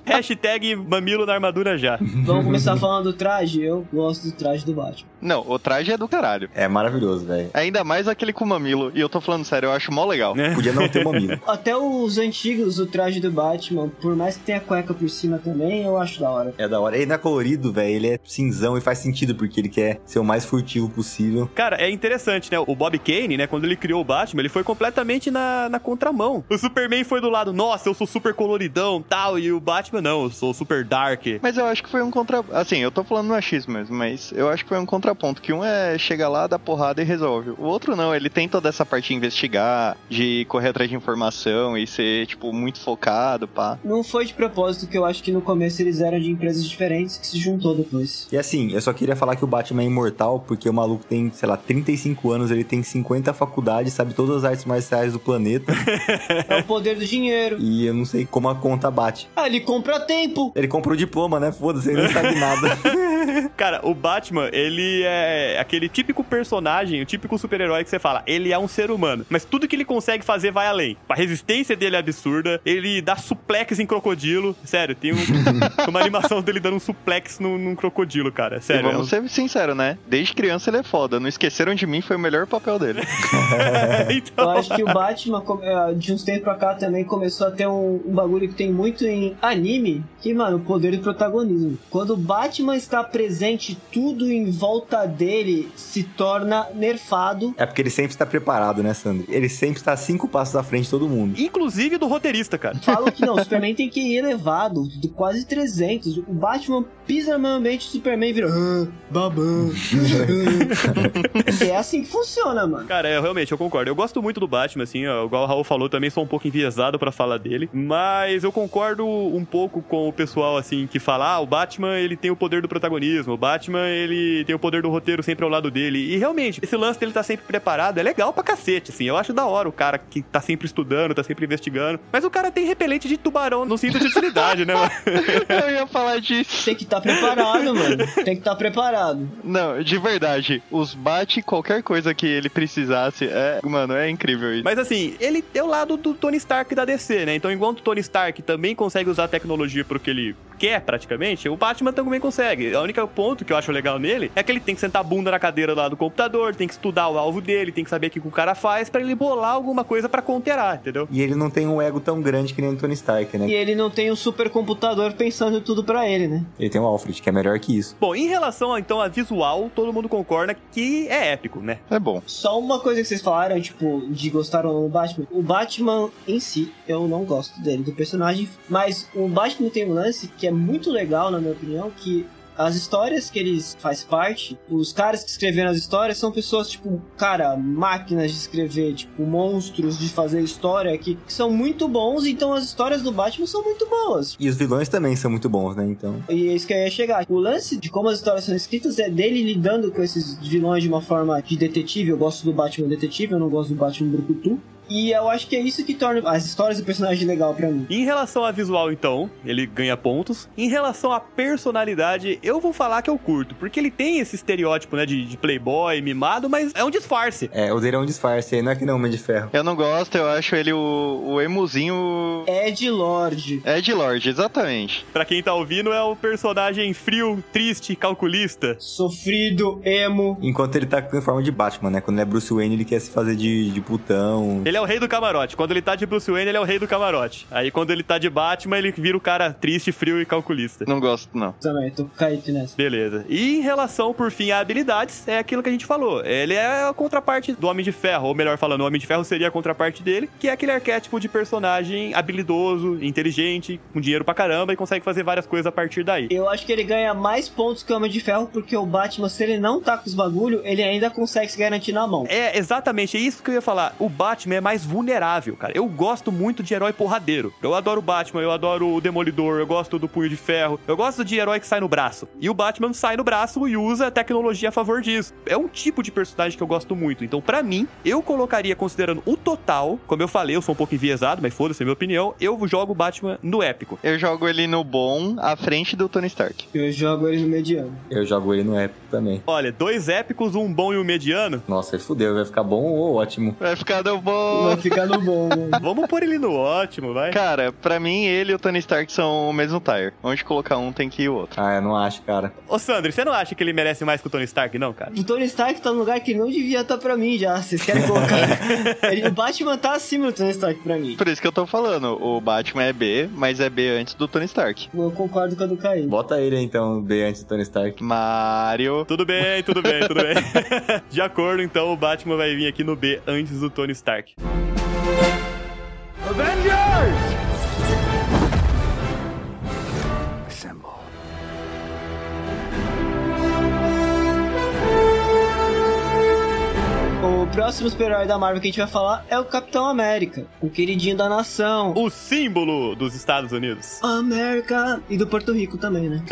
[SPEAKER 2] Hashtag mamilo na armadura já.
[SPEAKER 5] Vamos começar falando do traje? Eu gosto do traje do Batman.
[SPEAKER 6] Não, o traje é do caralho.
[SPEAKER 4] É maravilhoso, velho.
[SPEAKER 6] Ainda mais aquele com mamilo. E eu tô falando sério, eu acho mó legal.
[SPEAKER 2] Né?
[SPEAKER 4] Podia não ter mamilo.
[SPEAKER 5] Até os antigos, o traje do Batman, por mais que tenha cueca por cima também, eu acho da hora.
[SPEAKER 4] É da hora. Ele não é colorido, velho. Ele é cinzão e faz sentido porque ele quer ser o mais furtivo possível.
[SPEAKER 2] Cara, é interessante, né? O Bob Kane, né? Quando ele criou o Batman, ele foi completamente na, na contramão. O Superman foi do lado, nossa, eu sou super coloridão tal. E o Batman, não, eu sou super dark.
[SPEAKER 6] Mas eu acho que foi um contra... Assim, eu tô falando no achismo mesmo, mas eu acho que foi um contraponto. Que um é chega lá, dá porrada e resolve. O outro não, ele tem toda essa parte de investigar, de correr atrás de informação e ser, tipo, muito focado, pá.
[SPEAKER 5] Não foi de propósito que eu acho que no começo eles eram de empresas diferentes, que se juntou depois.
[SPEAKER 4] E assim, eu só queria falar que o Batman é imortal porque o maluco tem, sei lá, 35 anos, ele tem 50 faculdades, sabe todas as artes marciais do planeta
[SPEAKER 5] É o poder do dinheiro.
[SPEAKER 4] e eu não sei como a conta bate.
[SPEAKER 5] Ah, ele compra tempo.
[SPEAKER 4] Ele comprou o diploma, né? Foda-se, ele não sabe nada.
[SPEAKER 2] Cara, o Batman, ele é aquele típico personagem, o típico super-herói que você fala, ele é um ser humano, mas tudo que ele consegue fazer vai além. A resistência dele é absurda, ele dá suplex em crocodilo. Sério, tem um- uma animação dele dando um suplex num, num crocodilo, cara.
[SPEAKER 6] E
[SPEAKER 2] Sério. é um-
[SPEAKER 6] vamos ser sinceros, né? Desde criança ele é foda. Não esqueceram de mim, foi o melhor papel dele.
[SPEAKER 5] Eu
[SPEAKER 2] então,
[SPEAKER 5] acho que o Batman, come- eh, de uns tempos pra cá, também começou a ter um, um bagulho que tem muito em anime, que, mano, o poder do protagonismo. Quando o Batman está presente, tudo em volta dele se torna nerfado.
[SPEAKER 4] É porque ele sempre está preparado, né, Sandro? Ele sempre está cinco passos à frente de todo mundo.
[SPEAKER 2] inclusive do roteirista, cara.
[SPEAKER 5] Falam que não, o Superman tem que ir elevado, de quase 300. O Batman pisa no meio ambiente, o Superman vira... "Ah, babã. ah." é assim que funciona, mano.
[SPEAKER 2] Cara, eu realmente, eu concordo. Eu gosto muito do Batman, assim, ó, igual o Raul falou, também sou um pouco enviesado pra falar dele, mas eu concordo um pouco com o pessoal, assim, que fala, ah, o Batman, ele tem o poder do protagonismo, o Batman, ele tem o poder do roteiro sempre ao lado dele, e realmente, esse lance dele tá sempre preparado é legal pra cacete, assim, eu acho da hora o cara que tá sempre estudando, tá sempre investigando, mas o cara tem repelente de tubarão no cinto de utilidade, né, mano?
[SPEAKER 6] Eu ia falar disso.
[SPEAKER 5] Tem que estar preparado, mano. Tem que estar preparado.
[SPEAKER 6] Não, de verdade, os bate qualquer coisa que ele precisasse. É, mano, é incrível isso.
[SPEAKER 2] Mas assim, ele é o lado do Tony Stark da DC, né? Então, enquanto o Tony Stark também consegue usar a tecnologia pro que ele quer, praticamente, o Batman também consegue. O único ponto que eu acho legal nele é que ele tem que sentar a bunda na cadeira lá do computador, tem que estudar o alvo dele, tem que saber o que que o cara faz pra ele bolar alguma coisa pra counterar, entendeu?
[SPEAKER 4] E ele não tem um ego tão grande que nem o Tony Stark,
[SPEAKER 5] E
[SPEAKER 4] né?
[SPEAKER 5] ele não tem um supercomputador pensando tudo pra ele, né?
[SPEAKER 4] Ele tem o Alfred, que é melhor que isso.
[SPEAKER 2] Bom, em relação então a visual, todo mundo concorda que é épico, né?
[SPEAKER 6] É bom.
[SPEAKER 5] Só uma coisa que vocês falaram, tipo, de gostar ou não do Batman. O Batman em si, eu não gosto dele, do personagem. Mas o Batman tem um lance que é muito legal, na minha opinião, que as histórias que eles faz parte, os caras que escreveram as histórias são pessoas, tipo, cara, máquinas de escrever, tipo, monstros de fazer história que, que são muito bons, então as histórias do Batman são muito boas.
[SPEAKER 4] E os vilões também são muito bons, né? Então.
[SPEAKER 5] E é isso que eu ia chegar. O lance de como as histórias são escritas é dele lidando com esses vilões de uma forma de detetive. Eu gosto do Batman detetive, eu não gosto do Batman brucutu. E eu acho que é isso que torna as histórias do personagem legal pra mim.
[SPEAKER 2] Em relação a visual, então, ele ganha pontos. Em relação à personalidade, eu vou falar que eu curto, porque ele tem esse estereótipo, né, de, de playboy, mimado, mas é um disfarce.
[SPEAKER 4] É, o dele é um disfarce, aí não é que não, Homem de Ferro.
[SPEAKER 6] Eu não gosto, eu acho ele o, o emuzinho.
[SPEAKER 5] Ed Lorde.
[SPEAKER 6] Ed Lord, exatamente.
[SPEAKER 2] Pra quem tá ouvindo, é o personagem frio, triste, calculista.
[SPEAKER 5] Sofrido, emo.
[SPEAKER 4] Enquanto ele tá em forma de Batman, né? Quando ele é Bruce Wayne, ele quer se fazer de, de putão.
[SPEAKER 2] Ele é o rei do camarote. Quando ele tá de Bruce Wayne, ele é o rei do camarote. Aí quando ele tá de Batman, ele vira o cara triste, frio e calculista.
[SPEAKER 6] Não gosto, não.
[SPEAKER 5] Também, tô caído nessa.
[SPEAKER 2] Beleza. E em relação, por fim, a habilidades, é aquilo que a gente falou. Ele é a contraparte do Homem de Ferro, ou melhor falando, o Homem de Ferro seria a contraparte dele, que é aquele arquétipo de personagem habilidoso, inteligente, com dinheiro pra caramba e consegue fazer várias coisas a partir daí.
[SPEAKER 5] Eu acho que ele ganha mais pontos que o Homem de Ferro, porque o Batman, se ele não tá com os bagulho, ele ainda consegue se garantir na mão.
[SPEAKER 2] É exatamente isso que eu ia falar. O Batman é mais vulnerável, cara. Eu gosto muito de herói porradeiro. Eu adoro o Batman, eu adoro o Demolidor, eu gosto do Punho de Ferro, eu gosto de herói que sai no braço. E o Batman sai no braço e usa a tecnologia a favor disso. É um tipo de personagem que eu gosto muito. Então, pra mim, eu colocaria, considerando o total, como eu falei, eu sou um pouco enviesado, mas foda-se, é minha opinião, eu jogo o Batman no épico.
[SPEAKER 6] Eu jogo ele no bom, à frente do Tony Stark.
[SPEAKER 5] Eu jogo ele no mediano.
[SPEAKER 4] Eu jogo ele no épico também.
[SPEAKER 2] Olha, dois épicos, um bom e um mediano.
[SPEAKER 4] Nossa, aí fudeu, vai ficar bom ou ótimo.
[SPEAKER 6] Vai ficar no bom.
[SPEAKER 5] Vai ficar no bom, né? mano.
[SPEAKER 2] Vamos pôr ele no ótimo, vai.
[SPEAKER 6] Cara, pra mim ele e o Tony Stark são o mesmo tire. Onde colocar um tem que ir o outro.
[SPEAKER 4] Ah, eu não acho, cara.
[SPEAKER 2] Ô, Sandro, você não acha que ele merece mais que o Tony Stark, não, cara?
[SPEAKER 5] O Tony Stark tá num lugar que não devia estar tá pra mim já. Vocês querem colocar. Ele- o Batman tá acima do Tony Stark pra mim.
[SPEAKER 6] Por isso que eu tô falando, o Batman é B, mas é B antes do Tony Stark.
[SPEAKER 5] Eu concordo com a do Caio.
[SPEAKER 4] Bota ele então, B antes do Tony Stark.
[SPEAKER 6] Mario.
[SPEAKER 2] Tudo bem, tudo bem, tudo bem. De acordo, então, o Batman vai vir aqui no B antes do Tony Stark.
[SPEAKER 5] O próximo super-herói da Marvel que a gente vai falar é o Capitão América, o queridinho da nação.
[SPEAKER 2] O símbolo dos Estados Unidos.
[SPEAKER 5] América! E do Porto Rico também, né?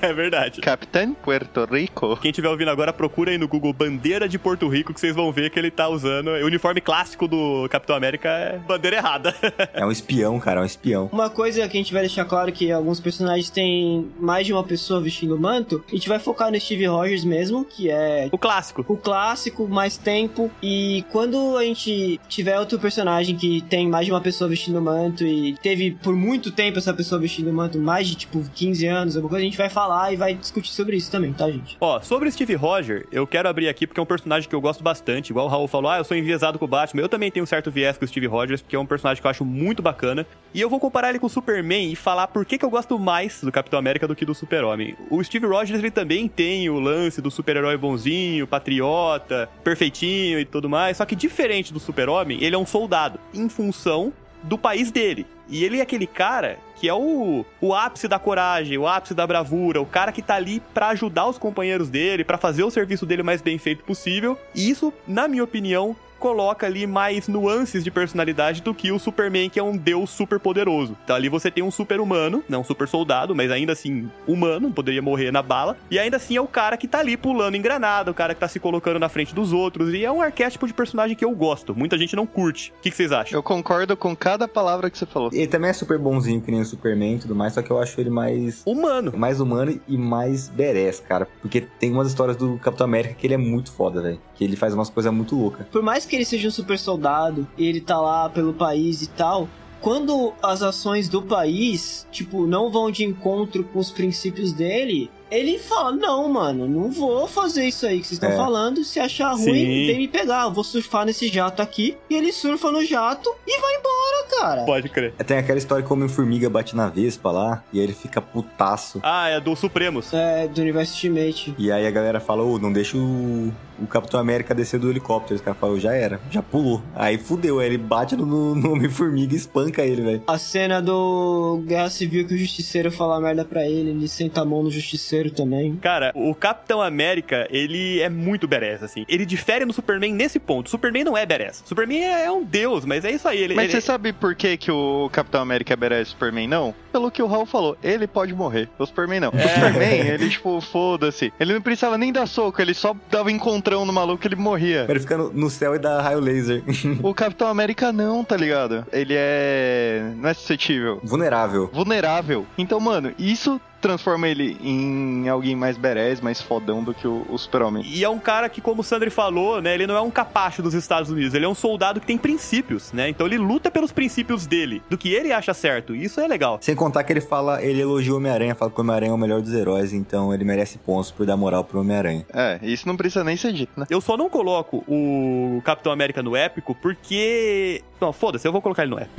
[SPEAKER 2] é verdade.
[SPEAKER 6] Capitão Puerto Rico.
[SPEAKER 2] Quem estiver ouvindo agora, procura aí no Google Bandeira de Porto Rico, que vocês vão ver que ele tá usando. O uniforme clássico do Capitão América é bandeira errada.
[SPEAKER 4] É um espião, cara, é um espião.
[SPEAKER 5] Uma coisa que a gente vai deixar claro que alguns personagens têm mais de uma pessoa vestindo o manto, a gente vai focar no Steve Rogers mesmo, que é
[SPEAKER 2] o clássico.
[SPEAKER 5] o clássico, mais tempo. E quando a gente tiver outro personagem que tem mais de uma pessoa vestindo o manto e teve por muito tempo essa pessoa vestindo o manto, mais de tipo 15 anos, alguma coisa, a gente vai falar e vai discutir sobre isso também, tá, gente?
[SPEAKER 2] Ó, sobre o Steve Roger, eu quero abrir aqui porque é um personagem que eu gosto bastante. Igual o Raul falou, ah, eu sou enviesado com o Batman. Eu também tenho um certo viés com o Steve Rogers, porque é um personagem que eu acho muito bacana. E eu vou comparar ele com o Superman e falar por que, que eu gosto mais do Capitão América do que do Super-Homem. O Steve Rogers, ele também tem o lance do super-herói bonzinho, patriota, perfeitinho e tudo mais. Só que diferente do Super-Homem, ele é um soldado em função do país dele. E ele é aquele cara que é o, o ápice da coragem, o ápice da bravura, o cara que tá ali pra ajudar os companheiros dele, pra fazer o serviço dele o mais bem feito possível. E isso, na minha opinião, coloca ali mais nuances de personalidade do que o Superman, que é um deus super poderoso. Então ali você tem um super humano, não um super soldado, mas ainda assim humano, poderia morrer na bala. E ainda assim é o cara que tá ali pulando engranada, o cara que tá se colocando na frente dos outros. E é um arquétipo de personagem que eu gosto. Muita gente não curte. O que, que vocês acham?
[SPEAKER 6] Eu concordo com cada palavra que você falou.
[SPEAKER 4] Ele também é super bonzinho, que nem o Superman e tudo mais, só que eu acho ele mais.
[SPEAKER 2] Humano.
[SPEAKER 4] Mais humano e mais badass, cara. Porque tem umas histórias do Capitão América que ele é muito foda, velho. Que ele faz umas coisas muito loucas.
[SPEAKER 5] Por mais que ele seja um super soldado e ele tá lá pelo país e tal, quando as ações do país, tipo, não vão de encontro com os princípios dele, ele fala: Não, mano, não vou fazer isso aí que vocês estão
[SPEAKER 4] É.
[SPEAKER 5] falando. Se achar ruim,
[SPEAKER 2] Sim.
[SPEAKER 5] vem me pegar. Eu vou surfar nesse jato aqui. E ele surfa no jato e vai embora, cara.
[SPEAKER 2] Pode crer.
[SPEAKER 4] Tem aquela história que o Homem-Formiga bate na Vespa lá, e aí ele fica putaço.
[SPEAKER 2] Ah, é do Supremos.
[SPEAKER 5] É, do universo Ultimate.
[SPEAKER 4] E aí a galera fala, ô, não deixa o, o Capitão América descer do helicóptero. Os caras falam, já era, já pulou. Aí fudeu, aí ele bate no, no- no Homem-Formiga e espanca ele, velho.
[SPEAKER 5] A cena do Guerra Civil que o Justiceiro fala merda pra ele, ele senta a mão no Justiceiro também.
[SPEAKER 2] Cara, o Capitão América, ele é muito badass, assim. Ele difere do Superman nesse ponto. Superman não é badass. Superman é é um deus, mas é isso aí. Ele,
[SPEAKER 6] Mas
[SPEAKER 2] ele-
[SPEAKER 6] você sabe por que, que o Capitão América é badass e o Superman não? Pelo que o Raul falou, ele pode morrer, o Superman não. O Superman, ele tipo, foda-se. Ele não precisava nem dar soco, ele só dava encontrão no maluco e ele morria.
[SPEAKER 4] Ele fica no, no céu e dá raio laser.
[SPEAKER 6] O Capitão América não, tá ligado? Ele é... não é suscetível.
[SPEAKER 4] Vulnerável.
[SPEAKER 6] Vulnerável. Então, mano, isso transforma ele em alguém mais badass, mais fodão do que o, o Super-Homem.
[SPEAKER 2] E é um cara que, como o Sandri falou, né, ele não é um capacho dos Estados Unidos, ele é um soldado que tem princípios, né? Então ele luta pelos princípios dele, do que ele acha certo. Isso é legal.
[SPEAKER 4] Sem contar que ele fala, ele elogia o Homem-Aranha, fala que o Homem-Aranha é o melhor dos heróis, então ele merece pontos por dar moral pro Homem-Aranha.
[SPEAKER 6] É, isso não precisa nem ser dito, né?
[SPEAKER 2] Eu só não coloco o Capitão América no épico porque. Não, foda-se, eu vou colocar ele no épico.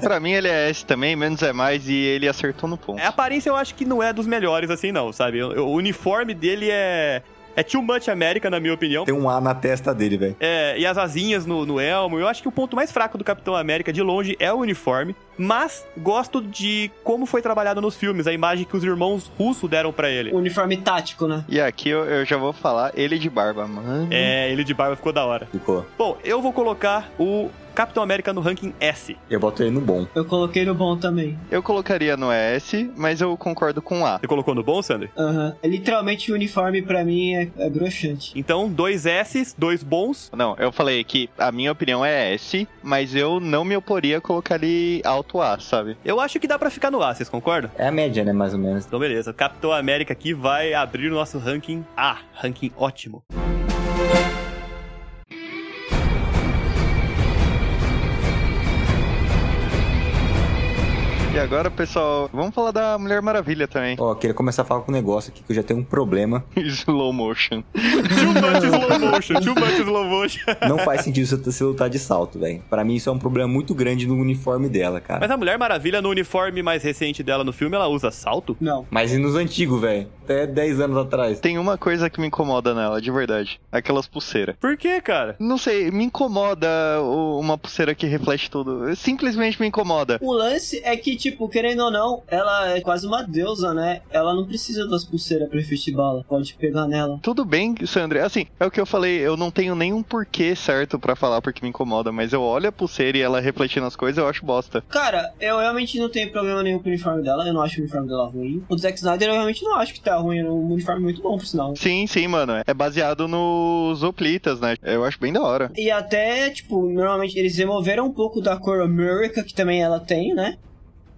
[SPEAKER 6] pra mim ele é S também, menos é mais, e ele acertou no ponto.
[SPEAKER 2] A aparência eu acho que não é dos melhores, assim, não, sabe? Eu- eu- O, uniforme dele é. É too much América, na minha opinião.
[SPEAKER 4] Tem um A na testa dele, velho.
[SPEAKER 2] É, e as asinhas no, no elmo. Eu acho que o ponto mais fraco do Capitão América, de longe, é o uniforme. Mas gosto de como foi trabalhado nos filmes, a imagem que os irmãos russos deram pra ele.
[SPEAKER 5] Uniforme tático, né?
[SPEAKER 6] E aqui eu, eu já vou falar, ele de barba, mano.
[SPEAKER 2] É, ele de barba ficou da hora.
[SPEAKER 4] Ficou.
[SPEAKER 2] Bom, eu vou colocar o Capitão América no ranking S.
[SPEAKER 4] Eu boto ele no bom.
[SPEAKER 5] Eu coloquei no bom também.
[SPEAKER 6] Eu colocaria no S, mas eu concordo com A.
[SPEAKER 2] Você colocou no bom, Sandro?
[SPEAKER 5] Aham. É Literalmente o uniforme pra mim é, é broxante.
[SPEAKER 2] Então, dois S's, dois bons.
[SPEAKER 6] Não, eu falei que a minha opinião é S, mas eu não me oporia a colocar ele alto A, sabe?
[SPEAKER 2] Eu acho que dá pra ficar no A, vocês concordam?
[SPEAKER 4] É a média, né, mais ou menos.
[SPEAKER 2] Então, beleza. Capitão América aqui vai abrir o nosso ranking A. Ranking ótimo.
[SPEAKER 6] E agora, pessoal, vamos falar da Mulher Maravilha também.
[SPEAKER 4] Ó, queria começar a falar com um negócio aqui que eu já tenho um problema.
[SPEAKER 6] Slow motion.
[SPEAKER 2] Too much slow motion, too much slow motion.
[SPEAKER 4] Não faz sentido você você lutar de salto, velho. Pra mim isso é um problema muito grande no uniforme dela, cara.
[SPEAKER 2] Mas a Mulher Maravilha, no uniforme mais recente dela no filme, ela usa salto?
[SPEAKER 5] Não.
[SPEAKER 4] Mas e nos antigos, velho? Até 10 anos atrás.
[SPEAKER 6] Tem uma coisa que me incomoda nela, de verdade. Aquelas pulseiras.
[SPEAKER 2] Por que, cara?
[SPEAKER 6] Não sei, me incomoda o- uma pulseira que reflete tudo. Simplesmente me incomoda.
[SPEAKER 5] O lance é que, tipo, querendo ou não, ela é quase uma deusa, né? Ela não precisa das pulseiras pra efeito bala. Pode pegar nela.
[SPEAKER 6] Tudo bem, Sandra. Assim, é o que eu falei, eu não tenho nenhum porquê certo pra falar porque me incomoda, mas eu olho a pulseira e ela refletindo as coisas, eu acho bosta.
[SPEAKER 5] Cara, eu realmente não tenho problema nenhum com o uniforme dela. Eu não acho o uniforme dela ruim. O do Zack Snyder eu realmente não acho que tá ruim. É um uniforme muito bom, por sinal.
[SPEAKER 6] Sim, sim, mano. É baseado nos Oplitas, né? Eu acho bem da hora.
[SPEAKER 5] E até, tipo, normalmente eles removeram um pouco da cor America, que também ela tem, né?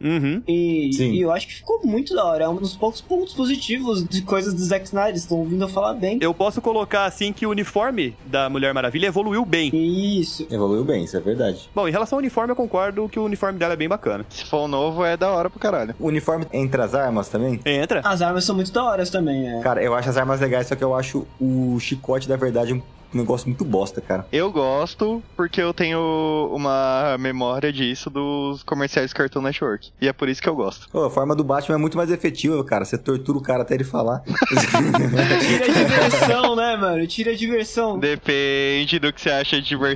[SPEAKER 2] Uhum.
[SPEAKER 5] E,
[SPEAKER 4] Sim.
[SPEAKER 5] e eu acho que ficou muito da hora. É um dos poucos pontos positivos de coisas do Zack Snyder. Estão ouvindo eu falar bem.
[SPEAKER 2] Eu posso colocar assim que o uniforme da Mulher Maravilha evoluiu bem.
[SPEAKER 5] Isso.
[SPEAKER 4] Evoluiu bem, isso é verdade.
[SPEAKER 2] Bom, em relação ao uniforme, eu concordo que o uniforme dela é bem bacana.
[SPEAKER 6] Se for um novo, é da hora pro caralho.
[SPEAKER 4] O uniforme entre as armas também?
[SPEAKER 2] Entra?
[SPEAKER 5] As armas são muito da horas também, é.
[SPEAKER 4] Cara, eu acho as armas legais, só que eu acho o chicote, da verdade, um negócio muito bosta, cara.
[SPEAKER 6] Eu gosto porque eu tenho uma memória disso dos comerciais Cartoon Network. E é por isso que eu gosto.
[SPEAKER 4] Pô, a forma do Batman é muito mais efetiva, cara. Você tortura o cara até ele falar.
[SPEAKER 5] Tira a diversão, né, mano? Tira a diversão.
[SPEAKER 6] Depende do que você acha de diversão,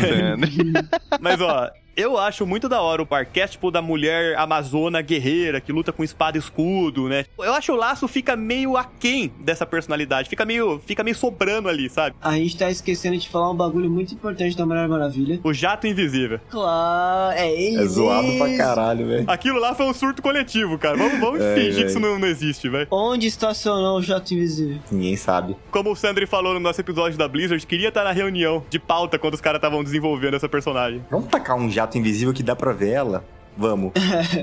[SPEAKER 6] Sandra.
[SPEAKER 2] Mas ó, eu acho muito da hora o arquétipo da mulher amazona guerreira que luta com espada e escudo, né? Eu acho que o laço fica meio aquém dessa personalidade, fica meio, fica meio sobrando ali, sabe?
[SPEAKER 5] A gente tá esquecendo de falar um bagulho muito importante da Mulher Maravilha.
[SPEAKER 2] O jato invisível.
[SPEAKER 5] Claro, é isso.
[SPEAKER 4] é zoado pra caralho, velho.
[SPEAKER 2] Aquilo lá foi um surto coletivo, cara. Vamos, vamos
[SPEAKER 4] É,
[SPEAKER 2] fingir que
[SPEAKER 4] velho.
[SPEAKER 2] isso não, não existe, velho.
[SPEAKER 5] Onde estacionou o jato invisível?
[SPEAKER 4] Ninguém sabe.
[SPEAKER 2] Como o Sandri falou no nosso episódio da Blizzard, queria estar na reunião de pauta quando os caras estavam desenvolvendo essa personagem.
[SPEAKER 4] Vamos tacar um jato invisível que dá pra ver ela? Vamos.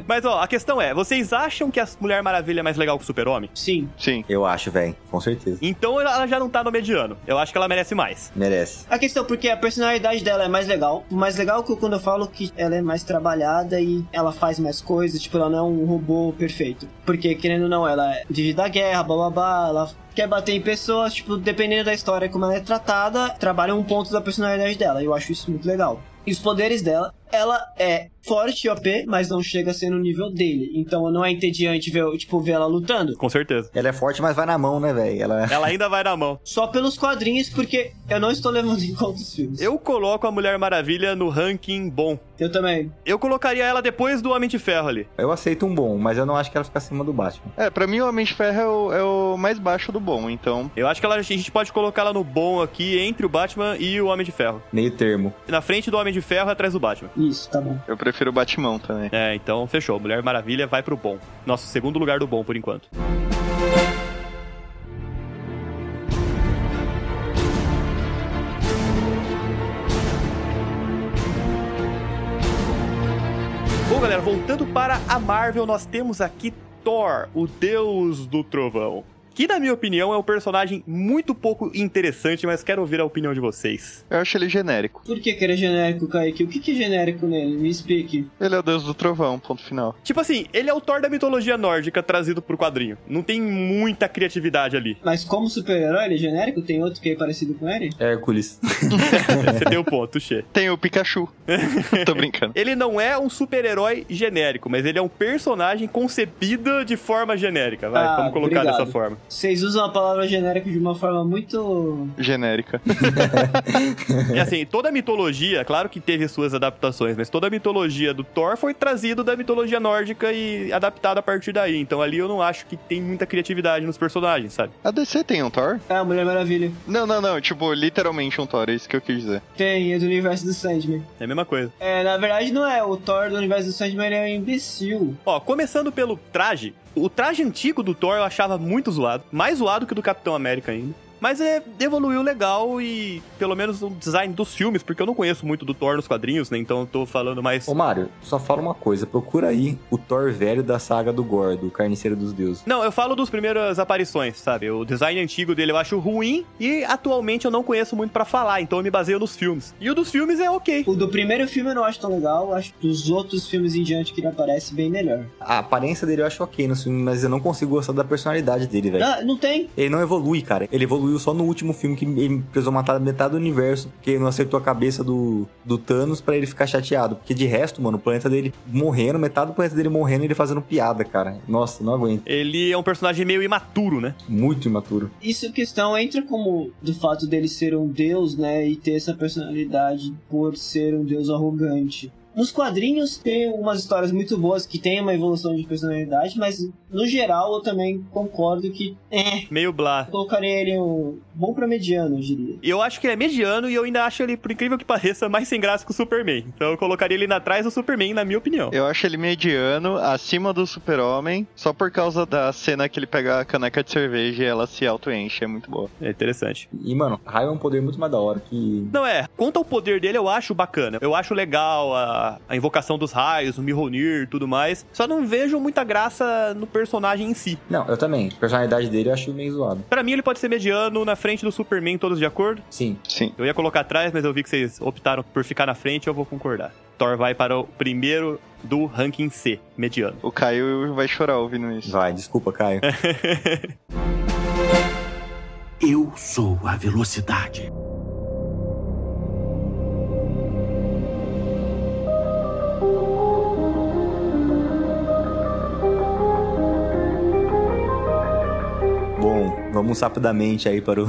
[SPEAKER 2] Mas ó, a questão é, vocês acham que a Mulher Maravilha é mais legal que o Super-Homem?
[SPEAKER 5] Sim.
[SPEAKER 6] Sim.
[SPEAKER 4] Eu acho, velho. Com certeza.
[SPEAKER 2] Então ela já não tá no mediano. Eu acho que ela merece mais.
[SPEAKER 4] Merece.
[SPEAKER 5] A questão, porque a personalidade dela é mais legal. O mais legal é que eu- quando eu falo que ela é mais trabalhada e ela faz mais coisas, tipo, ela não é um robô perfeito. Porque, querendo ou não, ela vive da guerra, blá blá blá, ela quer bater em pessoas, tipo, dependendo da história como ela é tratada, trabalha um ponto da personalidade dela. Eu acho isso muito legal. E os poderes dela, ela é forte e OP, mas não chega a ser no nível dele. Então não é entediante ver, tipo, ver ela lutando.
[SPEAKER 2] Com certeza.
[SPEAKER 4] Ela é forte, mas vai na mão, né, velho? Ela...
[SPEAKER 2] Ela ainda vai na mão.
[SPEAKER 5] Só pelos quadrinhos, porque eu não estou levando em conta os filmes.
[SPEAKER 2] Eu coloco a Mulher Maravilha no ranking bom.
[SPEAKER 5] eu também.
[SPEAKER 2] Eu colocaria ela depois do Homem de Ferro ali.
[SPEAKER 4] Eu aceito um bom, mas eu não acho que ela fica acima do Batman.
[SPEAKER 6] É, pra mim o Homem de Ferro é o, é o mais baixo do bom, então.
[SPEAKER 2] Eu acho que ela- a gente pode colocar ela no bom aqui entre o Batman e o Homem de Ferro.
[SPEAKER 4] Meio termo.
[SPEAKER 2] Na frente do Homem de Ferro e atrás do Batman.
[SPEAKER 5] Isso, tá bom.
[SPEAKER 6] Eu prefiro o Batmão também.
[SPEAKER 2] É, então fechou. Mulher Maravilha vai pro bom. Nosso segundo lugar do bom por enquanto. Bom, galera, voltando para a Marvel, nós temos aqui Thor, o deus do trovão. Que, na minha opinião, é um personagem muito pouco interessante, mas quero ouvir a opinião de vocês.
[SPEAKER 6] Eu acho ele genérico.
[SPEAKER 5] Por que que ele é genérico, Kaique? O que que é genérico nele? Me explique.
[SPEAKER 6] Ele é o deus do trovão, ponto final.
[SPEAKER 2] Tipo assim, ele é o Thor da mitologia nórdica trazido pro quadrinho. Não tem muita criatividade ali.
[SPEAKER 5] Mas como super-herói ele é genérico? Tem outro que é parecido com ele?
[SPEAKER 4] Hércules.
[SPEAKER 2] Você tem o ponto, Xê.
[SPEAKER 6] Tem o Pikachu. Tô brincando.
[SPEAKER 2] Ele não é um super-herói genérico, mas ele é um personagem concebido de forma genérica. Vai,
[SPEAKER 5] Ah,
[SPEAKER 2] vamos colocar
[SPEAKER 5] obrigado.
[SPEAKER 2] dessa forma.
[SPEAKER 5] Vocês usam a palavra genérico de uma forma muito...
[SPEAKER 6] Genérica.
[SPEAKER 2] E assim, toda a mitologia, claro que teve suas adaptações, mas toda a mitologia do Thor foi trazida da mitologia nórdica e adaptada a partir daí. Então ali eu não acho que tem muita criatividade nos personagens, sabe?
[SPEAKER 6] A DC tem um Thor?
[SPEAKER 5] Ah, Mulher Maravilha.
[SPEAKER 6] Não, não, não. Tipo, literalmente um Thor, é isso que eu quis dizer.
[SPEAKER 5] Tem, é do universo do Sandman.
[SPEAKER 2] É a mesma coisa.
[SPEAKER 5] É, na verdade não é. O Thor do universo do Sandman ele é um imbecil.
[SPEAKER 2] Ó, começando pelo traje. O traje antigo do Thor eu achava muito zoado. Mais zoado que o do Capitão América ainda. Mas é, evoluiu legal e pelo menos o design dos filmes, porque eu não conheço muito do Thor nos quadrinhos, né? Então eu tô falando mais.
[SPEAKER 4] Ô, Mário, só fala uma coisa. Procura aí o Thor velho da saga do Gordo, o Carniceiro dos Deuses.
[SPEAKER 2] Não, eu falo dos primeiras aparições, sabe? O design antigo dele eu acho ruim e atualmente eu não conheço muito pra falar, então eu me baseio nos filmes. E o dos filmes é ok.
[SPEAKER 5] O do primeiro filme eu não acho tão legal. Acho que dos outros filmes em diante que ele aparece bem melhor.
[SPEAKER 4] A aparência dele eu acho ok no filme, mas eu não consigo gostar da personalidade dele, velho.
[SPEAKER 5] Ah, não tem?
[SPEAKER 4] Ele não evolui, cara. Ele evoluiu só no último filme que ele precisou matar metade do universo, porque ele não acertou a cabeça do, do Thanos pra ele ficar chateado. Porque de resto, mano, o planeta dele morrendo, metade do planeta dele morrendo e ele fazendo piada, cara. Nossa, não aguento.
[SPEAKER 2] Ele é um personagem meio imaturo, né?
[SPEAKER 4] Muito imaturo.
[SPEAKER 5] Isso é questão entra como do fato dele ser um deus, né? E ter essa personalidade por ser um deus arrogante. Nos quadrinhos tem umas histórias muito boas que tem uma evolução de personalidade, mas no geral eu também concordo que é,
[SPEAKER 2] Meio blá.
[SPEAKER 5] colocaria ele um bom pra mediano, eu diria.
[SPEAKER 2] E eu acho que ele é mediano e eu ainda acho ele, por incrível que pareça, mais sem graça que o Superman. Então eu colocaria ele na trás do Superman, na minha opinião.
[SPEAKER 6] Eu acho ele mediano, acima do super-homem, só por causa da cena que ele pega a caneca de cerveja e ela se auto-enche, é muito boa.
[SPEAKER 2] É interessante.
[SPEAKER 4] E, mano, raio é um poder muito mais da hora que.
[SPEAKER 2] Não é, quanto ao poder dele, eu acho bacana. Eu acho legal a, a invocação dos raios, o Mihonir e tudo mais. Só não vejo muita graça no personagem em si.
[SPEAKER 4] Não, eu também. A personalidade dele eu acho meio zoado.
[SPEAKER 2] Pra mim, ele pode ser mediano, na frente do Superman, todos de acordo.
[SPEAKER 4] Sim.
[SPEAKER 6] Sim.
[SPEAKER 2] Eu ia colocar atrás, mas eu vi que vocês optaram por ficar na frente, eu vou concordar. Thor vai para o primeiro do ranking C, mediano.
[SPEAKER 6] O Caio vai chorar ouvindo isso.
[SPEAKER 4] Vai, desculpa, Caio.
[SPEAKER 7] Eu sou a velocidade.
[SPEAKER 4] Bom, vamos rapidamente aí para o.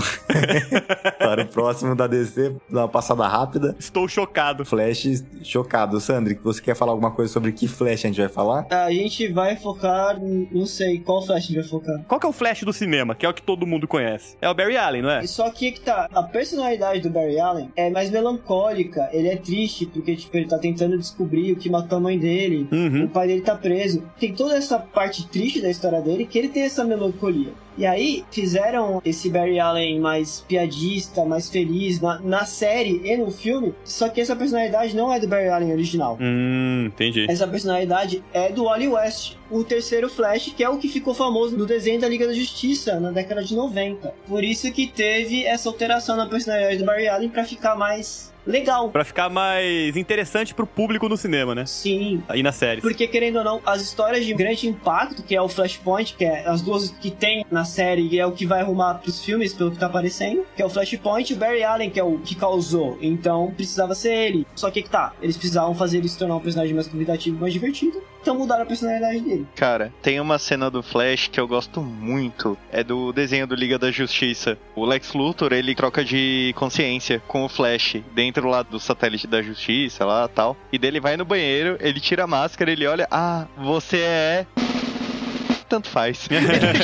[SPEAKER 4] para o próximo da DC, dar uma passada rápida.
[SPEAKER 2] Estou chocado.
[SPEAKER 4] Flash chocado. Sandri, você quer falar alguma coisa sobre que Flash a gente vai falar?
[SPEAKER 5] A gente vai focar, em- não sei qual flash a gente vai focar.
[SPEAKER 2] Qual que é o Flash do cinema, que é o que todo mundo conhece? É o Barry Allen, não é?
[SPEAKER 5] E só que que tá, a personalidade do Barry Allen é mais melancólica, ele é triste porque tipo, ele tá tentando descobrir o que matou a mãe dele, o
[SPEAKER 2] Uhum.
[SPEAKER 5] pai dele tá preso. Tem toda essa parte triste da história dele que ele tem essa melancolia. E aí fizeram esse Barry Allen mais piadista, mais feliz na, na série e no filme, só que essa personalidade não é do Barry Allen original.
[SPEAKER 2] Hum, entendi.
[SPEAKER 5] Essa personalidade é do Wally West, o terceiro Flash, que é o que ficou famoso no desenho da Liga da Justiça na década de 90. Por isso que teve essa alteração na personalidade do Barry Allen pra ficar mais legal.
[SPEAKER 2] Pra ficar mais interessante pro público no cinema, né?
[SPEAKER 5] Sim.
[SPEAKER 2] E na série.
[SPEAKER 5] Porque, querendo ou não, as histórias de grande impacto, que é o Flashpoint, que é as duas que tem na série e é o que vai arrumar pros filmes, pelo que tá aparecendo, que é o Flashpoint e o Barry Allen, que é o que causou. Então, precisava ser ele. Só que que tá, eles precisavam fazer ele se tornar um personagem mais convidativo, mais divertido, então mudaram a personalidade dele.
[SPEAKER 6] Cara, tem uma cena do Flash que eu gosto muito. É do desenho do Liga da Justiça. O Lex Luthor, ele troca de consciência com o Flash dentro lá do satélite da Justiça, lá tal. E dele vai no banheiro, ele tira a máscara, ele olha, ah, você é. Tanto faz.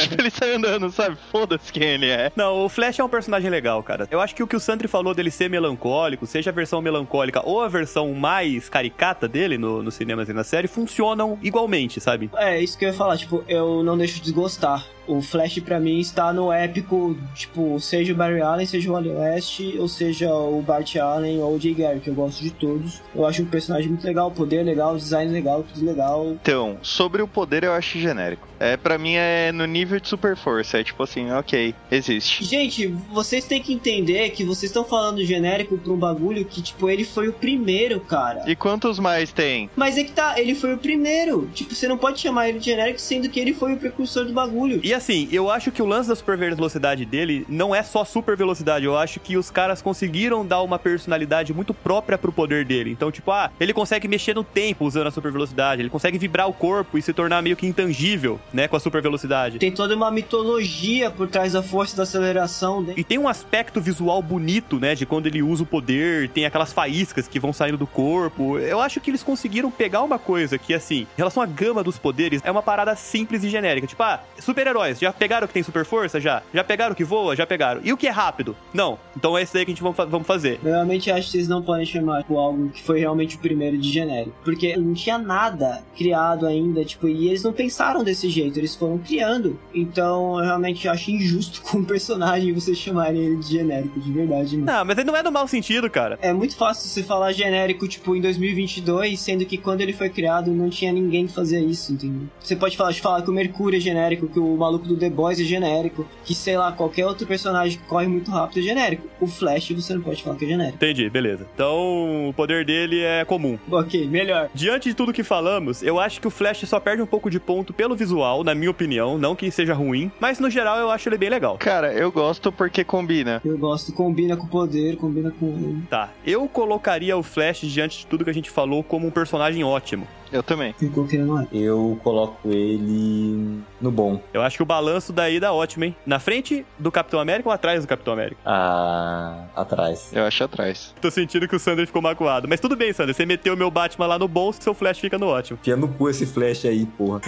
[SPEAKER 6] tipo, ele sai andando, sabe? Foda-se quem ele é.
[SPEAKER 2] Não, o Flash é um personagem legal, cara. Eu acho que o que o Sandri falou dele ser melancólico, seja a versão melancólica ou a versão mais caricata dele no, nos cinemas e na série, funcionam igualmente, sabe?
[SPEAKER 5] É, isso que eu ia falar, tipo, eu não deixo de gostar. O Flash pra mim está no épico, tipo, seja o Barry Allen, seja o Wally West, ou seja o Bart Allen ou o Jay Garrick, eu gosto de todos. Eu acho um personagem muito legal, o poder legal, o design legal, tudo legal.
[SPEAKER 6] Então, sobre o poder eu acho genérico. É, para mim é no nível de super força. É tipo assim, ok, existe.
[SPEAKER 5] Gente, vocês têm que entender que vocês estão falando genérico pra um bagulho que, tipo, ele foi o primeiro, cara.
[SPEAKER 6] E quantos mais tem?
[SPEAKER 5] Mas é que tá, ele foi o primeiro. Tipo, você não pode chamar ele de genérico sendo que ele foi o precursor do bagulho.
[SPEAKER 2] E assim, eu acho que o lance da super velocidade dele não é só super velocidade. Eu acho que os caras conseguiram dar uma personalidade muito própria pro poder dele. Então, tipo, ah, ele consegue mexer no tempo usando a super velocidade. Ele consegue vibrar o corpo e se tornar meio que intangível, né, com a super velocidade.
[SPEAKER 5] Tem toda uma mitologia por trás da força da aceleração né? dele.
[SPEAKER 2] E tem um aspecto visual bonito, né? De quando ele usa o poder, tem aquelas faíscas que vão saindo do corpo. Eu acho que eles conseguiram pegar uma coisa que, assim, em relação à gama dos poderes, é uma parada simples e genérica. Tipo, ah, super-heróis, já pegaram o que tem super força? Já? Já pegaram o que voa? Já pegaram. E o que é rápido? Não. Então é isso daí que a gente vamos fa- vamos fazer.
[SPEAKER 5] Eu realmente acho que vocês não podem chamar tipo, algo que foi realmente o primeiro de genérico. Porque não tinha nada criado ainda, tipo, e eles não pensaram desse jeito, eles foram criando. Então eu realmente acho injusto com o personagem vocês chamarem ele de genérico, de verdade. mano.
[SPEAKER 2] Não, mas ele não é no mau sentido, cara.
[SPEAKER 5] É muito fácil você falar genérico, tipo, em 2022, sendo que quando ele foi criado não tinha ninguém que fazia isso, entendeu? Você pode falar, falar que o Mercúrio é genérico, que o maluco do The Boys é genérico, que sei lá, qualquer outro personagem que corre muito rápido é genérico. O Flash você não pode falar que é genérico.
[SPEAKER 2] Entendi, beleza. Então o poder dele é comum.
[SPEAKER 5] Ok, melhor.
[SPEAKER 2] Diante de tudo que falamos, eu acho que o Flash só perde um pouco de ponto pelo visual, na minha opinião. Não que seja ruim, mas no geral eu acho ele bem legal.
[SPEAKER 6] Cara, eu gosto porque combina.
[SPEAKER 5] Eu gosto, combina com o poder, combina com.
[SPEAKER 2] Tá, eu colocaria o Flash diante de tudo que a gente falou como um personagem ótimo.
[SPEAKER 6] Eu também.
[SPEAKER 5] Quem coloquei não é.
[SPEAKER 4] Eu coloco ele no bom.
[SPEAKER 2] Eu acho que o balanço daí dá ótimo, hein? Na frente do Capitão América ou atrás do Capitão América?
[SPEAKER 4] Ah, atrás.
[SPEAKER 6] Eu acho atrás.
[SPEAKER 2] Tô sentindo que o Sandro ficou magoado. Mas tudo bem, Sandro. Você meteu o meu Batman lá no bom, seu Flash fica no ótimo.
[SPEAKER 4] Enfia no cu esse flash aí, porra.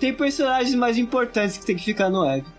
[SPEAKER 5] Tem personagens mais importantes que tem que ficar no épico.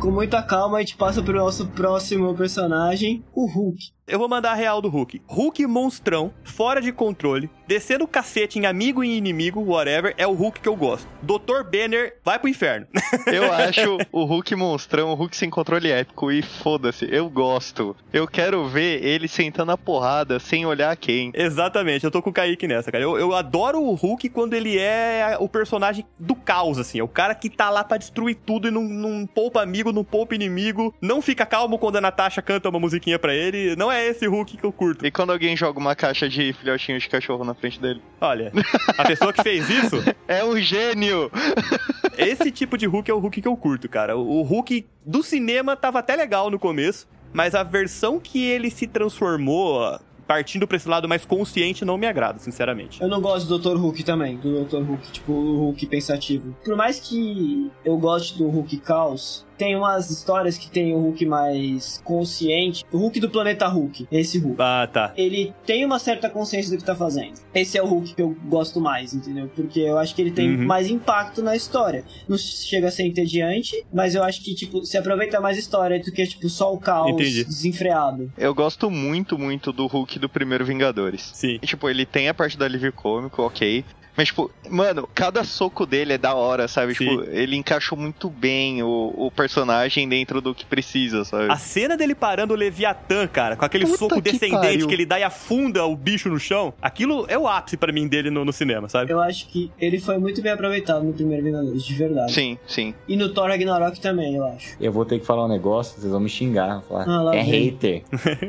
[SPEAKER 5] Com muita calma, a gente passa pro nosso próximo personagem, o Hulk.
[SPEAKER 2] Eu vou mandar a real do Hulk. Hulk monstrão, fora de controle, descendo o cacete em amigo e inimigo, whatever, é o Hulk que eu gosto. Dr. Banner, vai pro inferno.
[SPEAKER 6] Eu acho o Hulk monstrão, o Hulk sem controle épico e foda-se, eu gosto. Eu quero ver ele sentando a porrada sem olhar quem.
[SPEAKER 2] Exatamente, eu tô com o Kaique nessa, cara. Eu, eu adoro o Hulk quando ele é o personagem do caos, assim. É o cara que tá lá pra destruir tudo e não, não poupa amigo, não poupa inimigo. Não fica calmo quando a Natasha canta uma musiquinha pra ele. Não é esse Hulk que eu curto.
[SPEAKER 6] E quando alguém joga uma caixa de filhotinho de cachorro na frente dele?
[SPEAKER 2] Olha, a pessoa que fez isso,
[SPEAKER 6] É um gênio!
[SPEAKER 2] esse tipo de Hulk é o Hulk que eu curto, cara. O Hulk do cinema tava até legal no começo, mas a versão que ele se transformou, ó, partindo pra esse lado mais consciente, não me agrada, sinceramente.
[SPEAKER 5] Eu não gosto do Dr. Hulk também, do Dr. Hulk, tipo, o Hulk pensativo. Por mais que eu goste do Hulk Caos, tem umas histórias que tem o Hulk mais consciente. O Hulk do planeta Hulk, esse Hulk.
[SPEAKER 2] Ah, tá.
[SPEAKER 5] Ele tem uma certa consciência do que tá fazendo. Esse é o Hulk que eu gosto mais, entendeu? Porque eu acho que ele tem
[SPEAKER 2] Uhum.
[SPEAKER 5] mais impacto na história. Não chega a ser entediante, mas eu acho que, tipo, se aproveita mais a história do que, tipo, só o caos
[SPEAKER 2] Entendi.
[SPEAKER 5] desenfreado.
[SPEAKER 6] Eu gosto muito, muito do Hulk do primeiro Vingadores.
[SPEAKER 2] Sim.
[SPEAKER 6] E, tipo, ele tem a parte do alívio cômico, ok. Mas, tipo, mano, cada soco dele é da hora, sabe?
[SPEAKER 2] Sim.
[SPEAKER 6] Tipo, ele encaixou muito bem o, o personagem dentro do que precisa, sabe?
[SPEAKER 2] A cena dele parando o Leviatã, cara, com aquele
[SPEAKER 6] Puta
[SPEAKER 2] soco
[SPEAKER 6] que
[SPEAKER 2] descendente que,
[SPEAKER 6] pariu.
[SPEAKER 2] ele dá e afunda o bicho no chão, aquilo é o ápice pra mim dele no, no cinema, sabe?
[SPEAKER 5] Eu acho que ele foi muito bem aproveitado no primeiro Vingadores, de verdade.
[SPEAKER 6] Sim, sim.
[SPEAKER 5] E no Thor Ragnarok também, eu acho.
[SPEAKER 4] Eu vou ter que falar um negócio, vocês vão me xingar. vão falar,
[SPEAKER 5] Ah, lá
[SPEAKER 4] é
[SPEAKER 5] vem."
[SPEAKER 4] hater.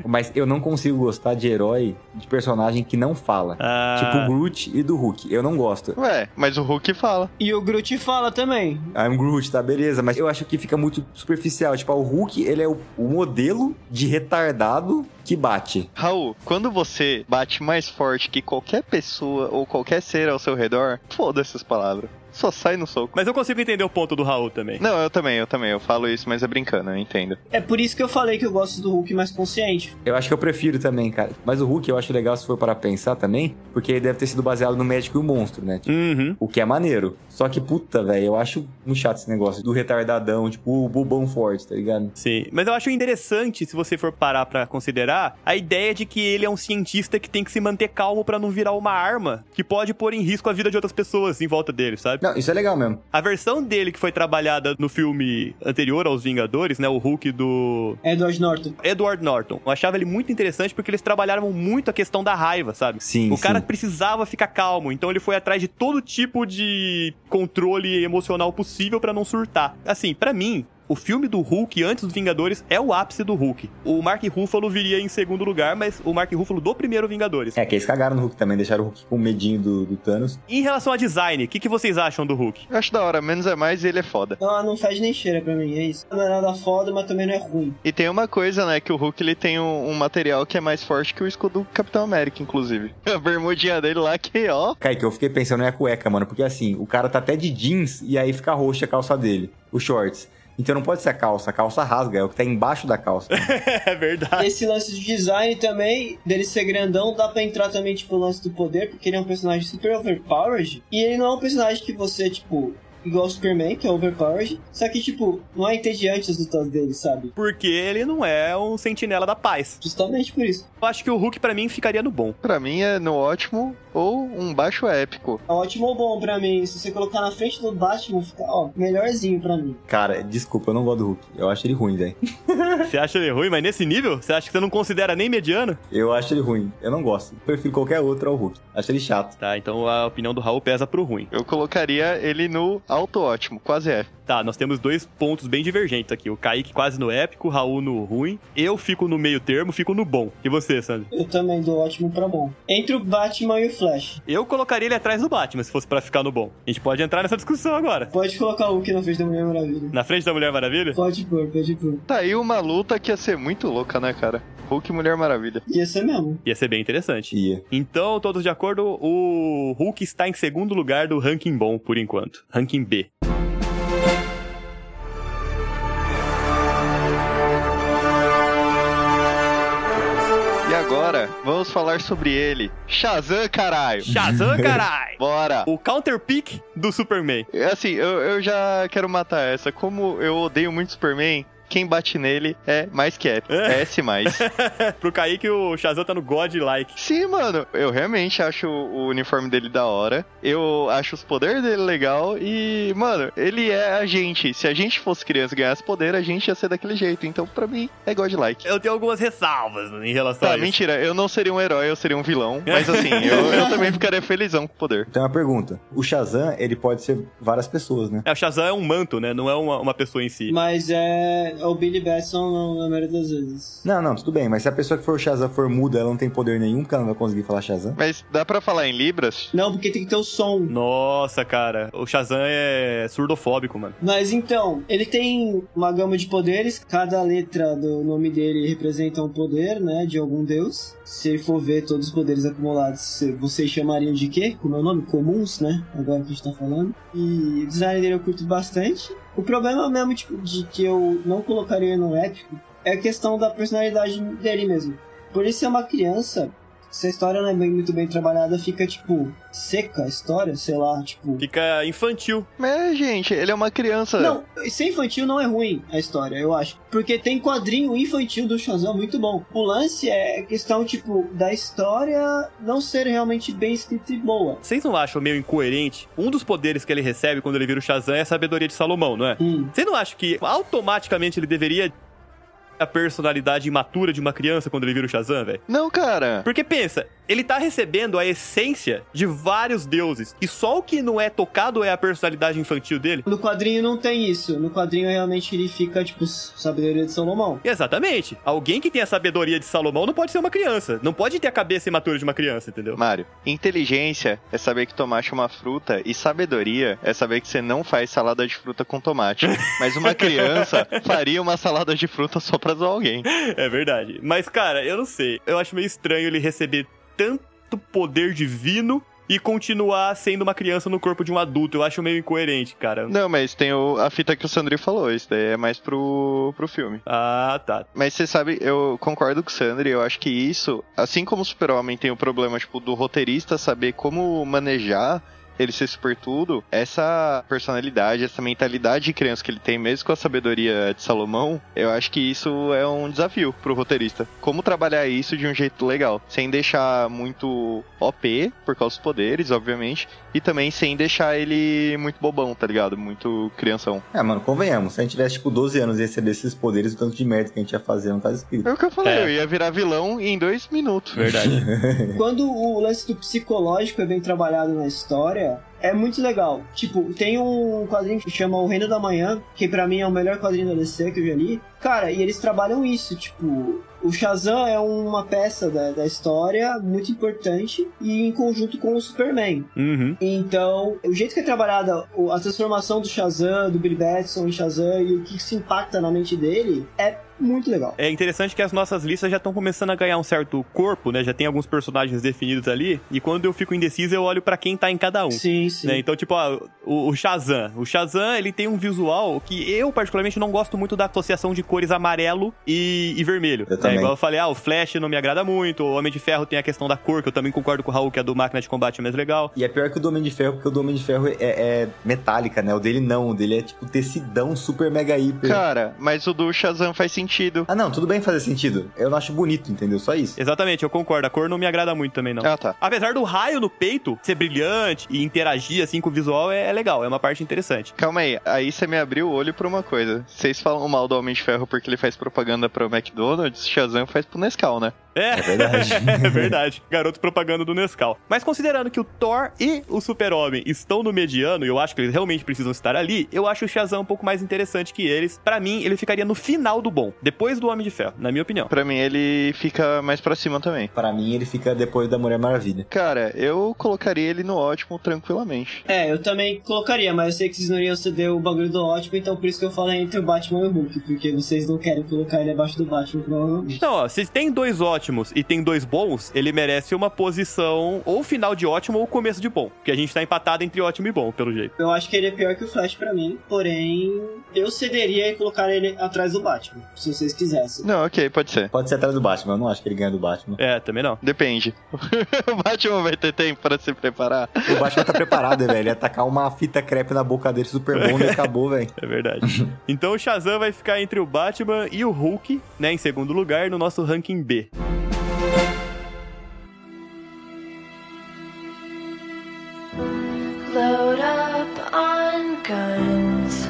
[SPEAKER 4] Mas eu não consigo gostar de herói, de personagem que não fala.
[SPEAKER 2] Ah.
[SPEAKER 4] Tipo o Groot e do Hulk. Eu não gosto.
[SPEAKER 6] Ué, mas o Hulk fala.
[SPEAKER 5] E o Groot fala também.
[SPEAKER 4] I'm Groot, tá beleza, mas eu acho que fica muito superficial. Tipo, ah, o Hulk, ele é o, o modelo de retardado que bate.
[SPEAKER 6] Raul, quando você bate mais forte que qualquer pessoa ou qualquer ser ao seu redor, foda-se as palavras. Só sai no soco.
[SPEAKER 2] Mas eu consigo entender o ponto do Raul também.
[SPEAKER 6] Não, eu também, eu também. Eu falo isso, mas é brincando, eu entendo.
[SPEAKER 5] É por isso que eu falei que eu gosto do Hulk mais consciente.
[SPEAKER 4] Eu acho que eu prefiro também, cara. Mas o Hulk eu acho legal se for para pensar também, porque ele deve ter sido baseado no Médico e o Monstro, né?
[SPEAKER 2] Uhum.
[SPEAKER 4] O que é maneiro. Só que, puta, velho, eu acho muito chato esse negócio do retardadão, tipo o bobão forte, tá ligado?
[SPEAKER 2] Sim, mas eu acho interessante, se você for parar pra considerar, a ideia de que ele é um cientista que tem que se manter calmo pra não virar uma arma que pode pôr em risco a vida de outras pessoas em volta dele, sabe?
[SPEAKER 4] Não, isso é legal mesmo.
[SPEAKER 2] A versão dele que foi trabalhada no filme anterior aos Vingadores, né, o Hulk do
[SPEAKER 5] é Edward Norton.
[SPEAKER 2] Edward Norton. Eu achava ele muito interessante porque eles trabalharam muito a questão da raiva, sabe?
[SPEAKER 4] Sim,
[SPEAKER 2] O cara
[SPEAKER 4] sim.
[SPEAKER 2] precisava ficar calmo, então ele foi atrás de todo tipo de controle emocional possível pra não surtar. Assim, pra mim, o filme do Hulk antes dos Vingadores é o ápice do Hulk. O Mark Ruffalo viria em segundo lugar, mas o Mark Ruffalo do primeiro Vingadores.
[SPEAKER 4] É, que eles cagaram no Hulk também, deixaram o Hulk com medinho do, do Thanos.
[SPEAKER 2] Em relação a design, o que, que vocês acham do Hulk?
[SPEAKER 6] Eu acho da hora, menos é mais e ele é foda.
[SPEAKER 5] Ah, não faz nem cheira pra mim, é isso. Não é nada foda, mas também não é ruim.
[SPEAKER 6] E tem uma coisa, né, que o Hulk ele tem um, um material que é mais forte que o escudo do Capitão América, inclusive. A bermudinha dele lá que, ó.
[SPEAKER 4] Kaique, eu fiquei pensando é a cueca, mano, porque assim, o cara tá até de jeans e aí fica roxa a calça dele, os shorts. Então não pode ser a calça, a calça rasga, é o que tá embaixo da calça.
[SPEAKER 2] é verdade.
[SPEAKER 5] Esse lance de design também, dele ser grandão, dá pra entrar também, tipo, o lance do poder, porque ele é um personagem super overpowered. E ele não é um personagem que você, tipo, igual o Superman, que é overpowered. Só que, tipo, não é entediante as lutas dele, sabe?
[SPEAKER 2] Porque ele não é um sentinela da paz.
[SPEAKER 5] Justamente por isso.
[SPEAKER 2] Eu acho que o Hulk pra mim ficaria no bom.
[SPEAKER 6] Pra mim é no ótimo ou um baixo épico.
[SPEAKER 5] É ótimo ou bom pra mim. Se você colocar na frente do Batman, fica, ó, melhorzinho pra mim.
[SPEAKER 4] Cara, desculpa, eu não gosto do Hulk. Eu acho ele ruim, velho.
[SPEAKER 2] Você acha ele ruim, mas nesse nível, você acha que você não considera nem mediano?
[SPEAKER 4] Eu acho ele ruim, eu não gosto. Prefiro qualquer outro ao Hulk. Acho ele chato.
[SPEAKER 2] Tá, então a opinião do Raul pesa pro ruim.
[SPEAKER 6] Eu colocaria ele no Alto ótimo, quase é.
[SPEAKER 2] Tá, nós temos dois pontos bem divergentes aqui. O Kaique quase no épico, o Raul no ruim. Eu fico no meio termo, fico no bom. E você, Sandro?
[SPEAKER 5] Eu também dou ótimo pra bom. Entre o Batman e o Flash.
[SPEAKER 2] Eu colocaria ele atrás do Batman, se fosse pra ficar no bom. A gente pode entrar nessa discussão agora.
[SPEAKER 5] Pode colocar um que não fez da Mulher Maravilha.
[SPEAKER 2] Na frente da Mulher Maravilha?
[SPEAKER 5] Pode pôr, pode pôr.
[SPEAKER 6] Tá aí uma luta que ia ser muito louca, né, cara? Hulk e Mulher Maravilha.
[SPEAKER 5] Ia ser mesmo.
[SPEAKER 2] Ia ser bem interessante.
[SPEAKER 4] Ia.
[SPEAKER 2] Então, todos de acordo, o Hulk está em segundo lugar do ranking bom, por enquanto. Ranking B.
[SPEAKER 6] E agora, vamos falar sobre ele. Shazam, caralho!
[SPEAKER 2] Shazam, carai!
[SPEAKER 6] Bora!
[SPEAKER 2] O counterpick do Superman.
[SPEAKER 6] É Assim, eu, eu já quero matar essa. Como eu odeio muito Superman, quem bate nele é mais que F. É S mais.
[SPEAKER 2] Pro Kaique, o Shazam tá no godlike.
[SPEAKER 6] Sim, mano, eu realmente acho o uniforme dele da hora. Eu acho os poderes dele legal e, mano, ele é a gente. Se a gente fosse criança e ganhasse poder, a gente ia ser daquele jeito. Então, pra mim, é godlike.
[SPEAKER 2] Eu tenho algumas ressalvas em relação a
[SPEAKER 6] Tá,
[SPEAKER 2] isso.
[SPEAKER 6] mentira, eu não seria um herói, eu seria um vilão. Mas assim, eu, eu também ficaria felizão com o poder.
[SPEAKER 4] Tem uma pergunta. O Shazam, ele pode ser várias pessoas, né?
[SPEAKER 2] É, o Shazam é um manto, né? Não é uma, uma pessoa em si.
[SPEAKER 5] Mas é, é o Billy Batson na maioria das vezes.
[SPEAKER 4] Não, não, tudo bem, mas se a pessoa que for o Shazam for muda, ela não tem poder nenhum, porque ela não vai conseguir falar Shazam.
[SPEAKER 6] Mas dá pra falar em Libras?
[SPEAKER 5] Não, porque tem que ter o som.
[SPEAKER 2] Nossa, cara. O Shazam é surdofóbico, mano.
[SPEAKER 5] Mas então, ele tem uma gama de poderes, cada letra do nome dele representa um poder, né, de algum deus. Se for ver todos os poderes acumulados, se- vocês chamariam de quê? Como é o nome? Comuns, né? Agora que a gente tá falando. E o design dele eu curto bastante. O problema mesmo tipo, de que eu não colocaria ele no épico é a questão da personalidade dele mesmo. Por isso é uma criança, se a história não é bem- muito bem trabalhada, fica tipo seca a história, sei lá, tipo.
[SPEAKER 2] Fica infantil.
[SPEAKER 6] Mas, gente, ele é uma criança.
[SPEAKER 5] Não, ser infantil não é ruim a história, eu acho. Porque tem quadrinho infantil do Shazam muito bom. O lance é questão, tipo, da história não ser realmente bem escrita e boa.
[SPEAKER 2] Vocês não acham meio incoerente? Um dos poderes que ele recebe quando ele vira o Shazam é a sabedoria de Salomão, não é?
[SPEAKER 5] Hum.
[SPEAKER 2] Você não acha que automaticamente ele deveria a personalidade imatura de uma criança quando ele vira o Shazam, velho?
[SPEAKER 6] Não, cara.
[SPEAKER 2] Porque pensa, ele tá recebendo a essência de vários deuses e só o que não é tocado é a personalidade infantil dele.
[SPEAKER 5] No quadrinho não tem isso. No quadrinho realmente ele fica, tipo, s- sabedoria de Salomão.
[SPEAKER 2] Exatamente. Alguém que tem a sabedoria de Salomão não pode ser uma criança. Não pode ter a cabeça imatura de uma criança, entendeu?
[SPEAKER 6] Mário, inteligência é saber que tomate é uma fruta e sabedoria é saber que você não faz salada de fruta com tomate. Mas uma criança faria uma salada de fruta só pra zoar alguém.
[SPEAKER 2] É verdade. Mas, cara, eu não sei. Eu acho meio estranho ele receber tanto poder divino e continuar sendo uma criança no corpo de um adulto. Eu acho meio incoerente, cara.
[SPEAKER 6] Não, mas tem o- a fita que o Sandrinho falou, isso daí é mais pro, pro filme.
[SPEAKER 2] Ah, tá.
[SPEAKER 6] Mas você sabe, eu concordo com o Sandri, eu acho que isso, assim como o Super-Homem tem o problema, tipo, do roteirista saber como manejar ele ser super tudo, essa personalidade, essa mentalidade de criança que ele tem, mesmo com a sabedoria de Salomão, eu acho que isso é um desafio pro roteirista. Como trabalhar isso de um jeito legal, sem deixar muito OP, por causa dos poderes, obviamente, e também sem deixar ele muito bobão, tá ligado? Muito crianção.
[SPEAKER 4] Ah, mano, convenhamos. Se a gente tivesse, tipo, 12 anos e receber esses poderes, o tanto de merda que a gente ia fazer não tá escrito.
[SPEAKER 6] É o que eu falei,
[SPEAKER 2] É.
[SPEAKER 6] eu ia virar vilão em dois minutos.
[SPEAKER 2] Verdade.
[SPEAKER 5] Quando o lance do psicológico é bem trabalhado na história, é muito legal. Tipo, tem um quadrinho que chama O Reino da Manhã, que pra mim é o melhor quadrinho da DC que eu já li. Cara, e eles trabalham isso, tipo... O Shazam é uma peça da, da história muito importante e em conjunto com o Superman.
[SPEAKER 2] uhum.
[SPEAKER 5] Então, o jeito que é trabalhada o- a transformação do Shazam, do Billy Batson em Shazam e o que se impacta na mente dele é muito legal.
[SPEAKER 2] É interessante que as nossas listas já estão começando a ganhar um certo corpo, né? Já tem alguns personagens definidos ali. E quando eu fico indeciso, eu olho pra quem tá em cada um.
[SPEAKER 5] Sim, sim.
[SPEAKER 2] né? Então, tipo, ó, o, o Shazam. O Shazam, ele tem um visual que eu, particularmente, não gosto muito da associação de cores amarelo e, e vermelho.
[SPEAKER 4] Eu
[SPEAKER 2] né?
[SPEAKER 4] também.
[SPEAKER 2] Igual eu falei, ah, o Flash não me agrada muito, o Homem de Ferro tem a questão da cor, que eu também concordo com o Raul, que a do Máquina de Combate é mais legal.
[SPEAKER 4] E é pior que o do Homem de Ferro, porque o do Homem de Ferro é, é metálica, né? O dele não, o dele é, tipo, tecidão super mega hiper.
[SPEAKER 6] Cara, mas o do Shazam faz sentido.
[SPEAKER 4] Ah, não, tudo bem fazer sentido. Eu não acho bonito, entendeu? Só isso.
[SPEAKER 2] Exatamente, eu concordo. A cor não me agrada muito também,
[SPEAKER 4] É.
[SPEAKER 2] não.
[SPEAKER 6] Ah, tá.
[SPEAKER 2] Apesar do raio no peito ser brilhante e interagir assim com o visual, é, é legal, é uma parte interessante.
[SPEAKER 6] Calma aí, aí você me abriu o olho pra uma coisa. Vocês falam mal do Homem de Ferro porque ele faz propaganda pro McDonald's, Shazam faz pro Nescau, né?
[SPEAKER 2] É, é
[SPEAKER 4] verdade.
[SPEAKER 2] é verdade. Garoto propaganda do Nescau. Mas considerando que o Thor e o Super-Homem estão no mediano, e eu acho que eles realmente precisam estar ali, eu acho o Shazam um pouco mais interessante que eles. Pra mim, ele ficaria no final do bom, depois do Homem de Ferro, na minha opinião.
[SPEAKER 6] Pra mim ele fica mais pra cima também.
[SPEAKER 4] Pra mim, ele fica depois da Mulher Maravilha.
[SPEAKER 6] Cara, eu colocaria ele no ótimo tranquilamente.
[SPEAKER 5] É, eu também colocaria, mas eu sei que vocês não iriam ceder o bagulho do ótimo, então por isso que eu falo entre o Batman e o Hulk, porque vocês não querem colocar ele abaixo do Batman, provavelmente.
[SPEAKER 2] Não, Então, ó, se tem dois ótimos e tem dois bons, ele merece uma posição ou final de ótimo ou começo de bom. Porque a gente tá empatado entre ótimo e bom, pelo jeito.
[SPEAKER 5] Eu acho que ele é pior que o Flash pra mim, porém, eu cederia e colocar ele atrás do Batman, se vocês quisessem.
[SPEAKER 6] Não, ok, pode ser.
[SPEAKER 4] Pode ser atrás do Batman, eu não acho que ele ganha do Batman.
[SPEAKER 2] É, também não.
[SPEAKER 6] Depende. o Batman vai ter tempo pra se preparar.
[SPEAKER 4] O Batman tá preparado, velho. Ele ia tacar uma fita crepe na boca dele super bom e acabou, velho.
[SPEAKER 2] É verdade. então o Shazam vai ficar entre o Batman e o Hulk, né, em segundo lugar, no nosso ranking B.
[SPEAKER 8] Load up on guns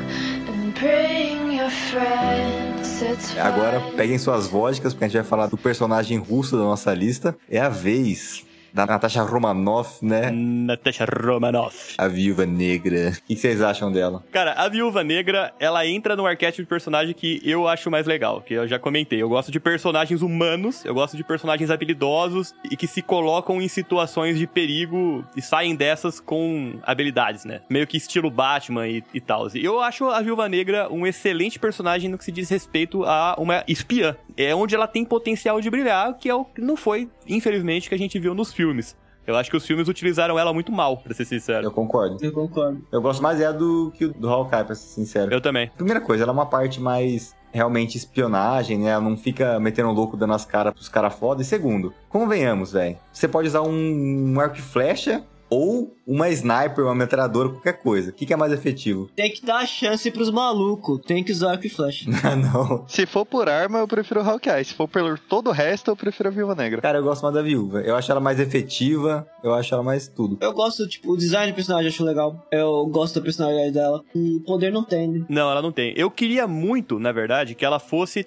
[SPEAKER 8] and bring your friends. It's
[SPEAKER 4] Agora
[SPEAKER 8] fine.
[SPEAKER 4] peguem suas vodkas, porque a gente vai falar do personagem russo da nossa lista. É a vez da Natasha Romanoff, né?
[SPEAKER 2] Natasha Romanoff.
[SPEAKER 4] A viúva negra. O que vocês acham dela?
[SPEAKER 2] Cara, a Viúva Negra, ela entra no arquétipo de personagem que eu acho mais legal, que eu já comentei. Eu gosto de personagens humanos, eu gosto de personagens habilidosos e que se colocam em situações de perigo e saem dessas com habilidades, né? Meio que estilo Batman e, e tal. E eu acho a Viúva Negra um excelente personagem no que se diz respeito a uma espiã. É onde ela tem potencial de brilhar, que é o que não foi, infelizmente, que a gente viu nos filmes. Eu acho que os filmes utilizaram ela muito mal, pra ser sincero.
[SPEAKER 4] Eu concordo.
[SPEAKER 5] Eu concordo.
[SPEAKER 4] Eu gosto mais dela do que do Hawkeye, pra ser sincero.
[SPEAKER 2] Eu também.
[SPEAKER 4] Primeira coisa, ela é uma parte mais realmente espionagem, né? Ela não fica metendo louco dando as caras pros caras foda. E segundo, convenhamos, velho. Você pode usar um, um arco e flecha ou uma sniper, uma metralhadora, qualquer coisa. O que, que é mais efetivo?
[SPEAKER 5] Tem que dar chance pros malucos, tem que usar arco e flecha.
[SPEAKER 4] ah, não.
[SPEAKER 6] Se for por arma, eu prefiro o Hawkeye. Se for pelo todo o resto, eu prefiro a Viúva Negra.
[SPEAKER 4] Cara, eu gosto mais da viúva. Eu acho ela mais efetiva, eu acho ela mais tudo.
[SPEAKER 5] Eu gosto, tipo, o design do personagem eu acho legal. Eu gosto da personalidade dela. E poder não tem, né?
[SPEAKER 2] Não, ela não tem. Eu queria muito, na verdade, que ela fosse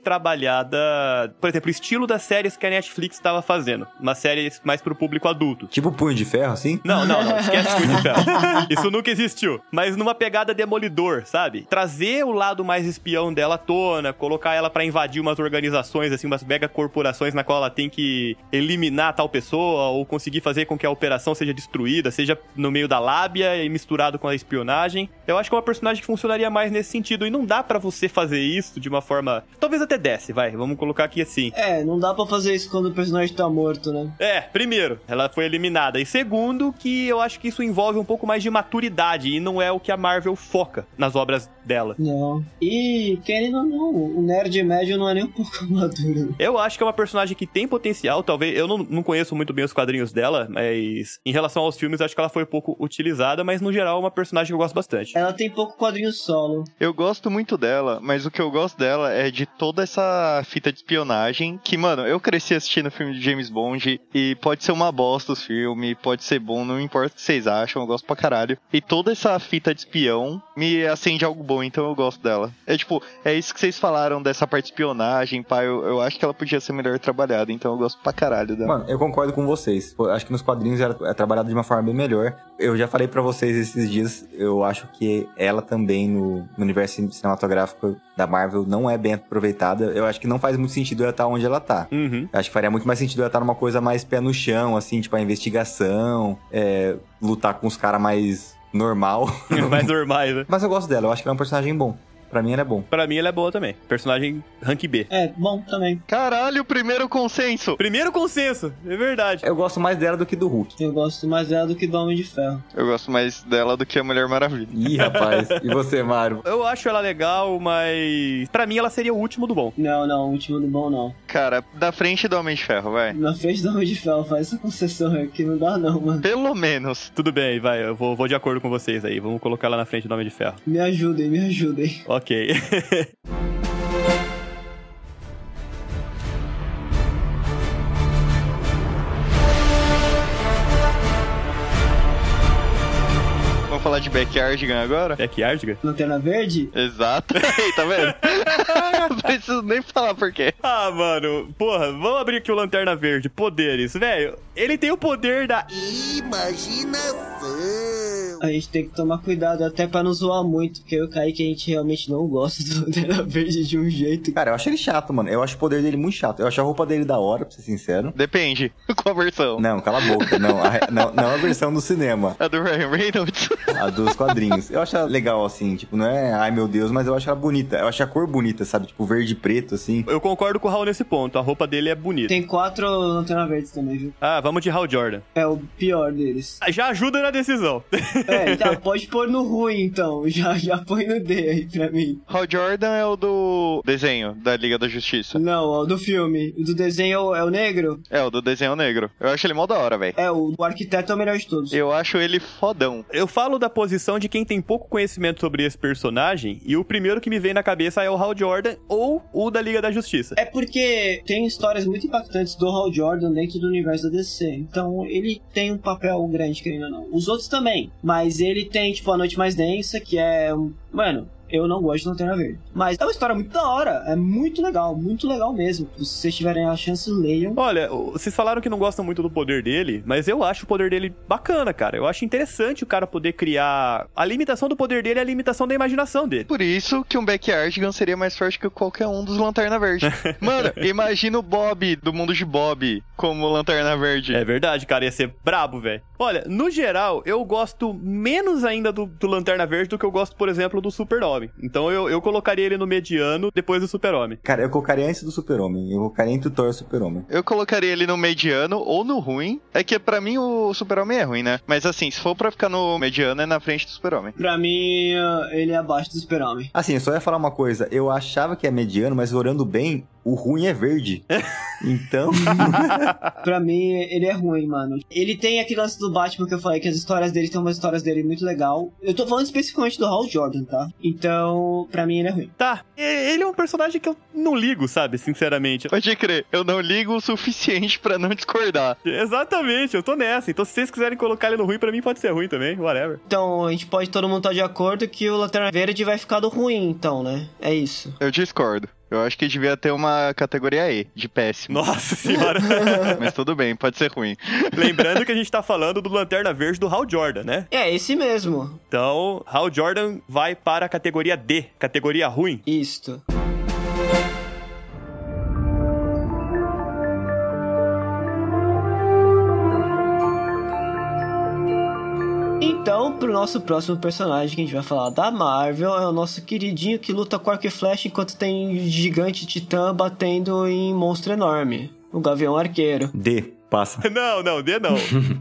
[SPEAKER 2] trabalhada, por exemplo, o estilo das séries que a Netflix estava fazendo. Uma série mais pro público adulto.
[SPEAKER 4] Tipo punho de ferro, assim?
[SPEAKER 2] Não, não, não, esquece Punho de Ferro. Isso nunca existiu. Mas numa pegada demolidor, sabe? Trazer o lado mais espião dela à tona, colocar ela pra invadir umas organizações, assim, umas mega corporações na qual ela tem que eliminar tal pessoa ou conseguir fazer com que a operação seja destruída, seja no meio da lábia e misturado com a espionagem. Eu acho que é uma personagem que funcionaria mais nesse sentido e não dá pra você fazer isso de uma forma. Talvez até desce, vai. Vamos colocar aqui assim.
[SPEAKER 5] É, não dá pra fazer isso quando o personagem tá morto, né?
[SPEAKER 2] É, primeiro, ela foi eliminada. E segundo, que eu acho que isso envolve um pouco mais de maturidade e não é o que a Marvel foca nas obras dela.
[SPEAKER 5] Não. E, querendo ou não, o nerd médio não é nem um pouco maduro.
[SPEAKER 2] Eu acho que é uma personagem que tem potencial, talvez. Eu não, não conheço muito bem os quadrinhos dela, mas em relação aos filmes, acho que ela foi pouco utilizada, mas no geral é uma personagem que eu gosto bastante.
[SPEAKER 5] Ela tem pouco quadrinho solo.
[SPEAKER 6] Eu gosto muito dela, mas o que eu gosto dela é de toda essa fita de espionagem. Que, mano, eu cresci assistindo filme de James Bond e pode ser uma bosta os filmes, pode ser bom, não importa o que vocês acham, eu gosto pra caralho. E toda essa fita de espião me acende algo bom, então eu gosto dela. É tipo, é isso que vocês falaram dessa parte de espionagem, pai. Eu, eu acho que ela podia ser melhor trabalhada, então eu gosto pra caralho dela.
[SPEAKER 4] Mano, eu concordo com vocês. Pô, Acho que nos quadrinhos ela é trabalhada de uma forma bem melhor. Eu já falei pra vocês esses dias, eu acho que ela também no, no universo cinematográfico da Marvel não é bem aproveitada. Eu acho que não faz muito sentido ela estar onde ela tá.
[SPEAKER 2] Uhum.
[SPEAKER 4] Eu acho que faria muito mais sentido ela estar numa coisa mais pé no chão, assim, tipo a investigação, é, lutar com os caras mais normal.
[SPEAKER 2] mais normais, né?
[SPEAKER 4] Mas eu gosto dela, eu acho que ela é um personagem bom. Pra mim ela é bom.
[SPEAKER 2] Pra mim, ela é boa também. Personagem rank B.
[SPEAKER 5] É, bom também.
[SPEAKER 6] Caralho, primeiro consenso!
[SPEAKER 2] Primeiro consenso, é verdade.
[SPEAKER 4] Eu gosto mais dela do que do Hulk.
[SPEAKER 5] Eu gosto mais dela do que do Homem de Ferro.
[SPEAKER 6] Eu gosto mais dela do que a Mulher Maravilha.
[SPEAKER 4] Ih, rapaz. e você, Mário?
[SPEAKER 2] Eu acho ela legal, mas pra mim ela seria o último do bom.
[SPEAKER 5] Não, não, o último do bom não.
[SPEAKER 6] Cara, da frente do Homem de Ferro, vai.
[SPEAKER 5] Na frente do Homem de Ferro, faz essa concessão aqui, não dá não, mano.
[SPEAKER 6] Pelo menos.
[SPEAKER 2] Tudo bem, vai, eu vou, vou de acordo com vocês aí. Vamos colocar ela na frente do Homem de Ferro.
[SPEAKER 5] Me ajudem, me ajudem.
[SPEAKER 2] Ok.
[SPEAKER 6] falar de Backyardigan
[SPEAKER 2] É
[SPEAKER 6] agora?
[SPEAKER 2] Backyardigan?
[SPEAKER 5] Lanterna Verde?
[SPEAKER 6] Exato. Aí, tá vendo? Não preciso nem falar por quê.
[SPEAKER 2] Ah, mano, porra, vamos abrir aqui o Lanterna Verde. Poderes, velho. Ele tem o poder da.
[SPEAKER 5] A gente tem que tomar cuidado até pra não zoar muito, porque eu e o Kaique a gente realmente não gosta do Lanterna Verde de um jeito.
[SPEAKER 4] Cara, eu acho ele chato, mano. Eu acho o poder dele muito chato. Eu acho a roupa dele da hora, pra ser sincero.
[SPEAKER 6] Depende. Qual a versão?
[SPEAKER 4] Não, cala a boca. Não, a, re- não, não a versão do cinema,
[SPEAKER 6] A do Ryan Reynolds?
[SPEAKER 4] a dos quadrinhos. Eu acho ela legal, assim, tipo, não é ai meu Deus, mas eu acho ela bonita. Eu acho a cor bonita, sabe? Tipo, verde e preto, assim.
[SPEAKER 2] Eu concordo com o Raul nesse ponto. A roupa dele é bonita.
[SPEAKER 5] Tem quatro Lanterna Verdes também, viu?
[SPEAKER 2] Ah, vamos de Hal Jordan.
[SPEAKER 5] É o pior deles.
[SPEAKER 2] Ah, Já ajuda na decisão.
[SPEAKER 5] É, tá, pode pôr no ruim então. Já, já põe no D aí pra mim.
[SPEAKER 6] Hal Jordan é o do desenho da Liga da Justiça.
[SPEAKER 5] Não, ó, do filme. O do desenho é o, é o negro?
[SPEAKER 6] É, o do desenho negro. Eu acho ele mó da hora, velho.
[SPEAKER 5] É, o, o arquiteto é o melhor de todos.
[SPEAKER 6] Eu acho ele fodão.
[SPEAKER 2] Eu falo da posição de quem tem pouco conhecimento sobre esse personagem, e o primeiro que me vem na cabeça é o Hal Jordan ou o da Liga da Justiça.
[SPEAKER 5] É porque tem histórias muito impactantes do Hal Jordan dentro do universo da DC. Então ele tem um papel grande, querendo ou não. Os outros também. Mas ele tem, tipo, A Noite Mais Densa, que é. um- Mano. Eu não gosto de Lanterna Verde. Mas é uma história muito da hora. É muito legal, muito legal mesmo. Se vocês tiverem a chance, leiam.
[SPEAKER 2] Olha, o- vocês falaram que não gostam muito do poder dele, mas eu acho o poder dele bacana, cara. Eu acho interessante o cara poder criar. A limitação do poder dele é a limitação da imaginação dele.
[SPEAKER 6] Por isso que um Backyardigan seria mais forte que qualquer um dos Lanterna Verde. Mano, imagina o Bob do mundo de Bob como Lanterna Verde.
[SPEAKER 2] É verdade, cara, ia ser brabo, velho. Olha, no geral, eu gosto menos ainda do, do Lanterna Verde do que eu gosto, por exemplo, do Super-Homem. Então eu, eu colocaria ele no mediano depois do Super-Homem.
[SPEAKER 4] Cara, eu colocaria antes do Super-Homem. Eu colocaria entre o Thor e o Super-Homem.
[SPEAKER 6] Eu colocaria ele no mediano ou no ruim. É que pra mim o Super-Homem é ruim, né? Mas assim, se for pra ficar no mediano, é na frente do Super-Homem.
[SPEAKER 5] Pra mim, eh, ele é abaixo do Super-Homem.
[SPEAKER 4] Assim, eu só ia falar uma coisa. Eu achava que é mediano, mas olhando bem, o ruim é verde. Então,
[SPEAKER 5] Pra mim, ele é ruim, mano. Ele tem aquele lance do Batman que eu falei, que as histórias dele tem umas histórias dele muito legal. Eu tô falando especificamente do Hal Jordan, tá? Então, pra mim, ele é ruim.
[SPEAKER 2] Tá, e- ele é um personagem que eu não ligo, sabe, sinceramente.
[SPEAKER 6] Pode crer, eu não ligo o suficiente pra não discordar.
[SPEAKER 2] Exatamente, eu tô nessa. Então se vocês quiserem colocar ele no ruim, pra mim pode ser ruim também, whatever.
[SPEAKER 5] Então, a gente pode todo mundo estar de acordo que o Lanterna Verde vai ficar do ruim, então, né? É isso.
[SPEAKER 6] Eu discordo. Eu acho que devia ter uma categoria E, de péssimo.
[SPEAKER 2] Nossa senhora.
[SPEAKER 6] Mas tudo bem, pode ser ruim.
[SPEAKER 2] Lembrando que a gente tá falando do Lanterna Verde do Hal Jordan, né?
[SPEAKER 5] É, esse mesmo.
[SPEAKER 2] Então, Hal Jordan vai para a categoria D, categoria ruim.
[SPEAKER 5] Isto. Então, pro nosso próximo personagem que a gente vai falar da Marvel, é o nosso queridinho que luta com arco e flecha enquanto tem gigante titã batendo em monstro enorme. O Gavião Arqueiro.
[SPEAKER 4] D, passa.
[SPEAKER 2] Não, não, D não.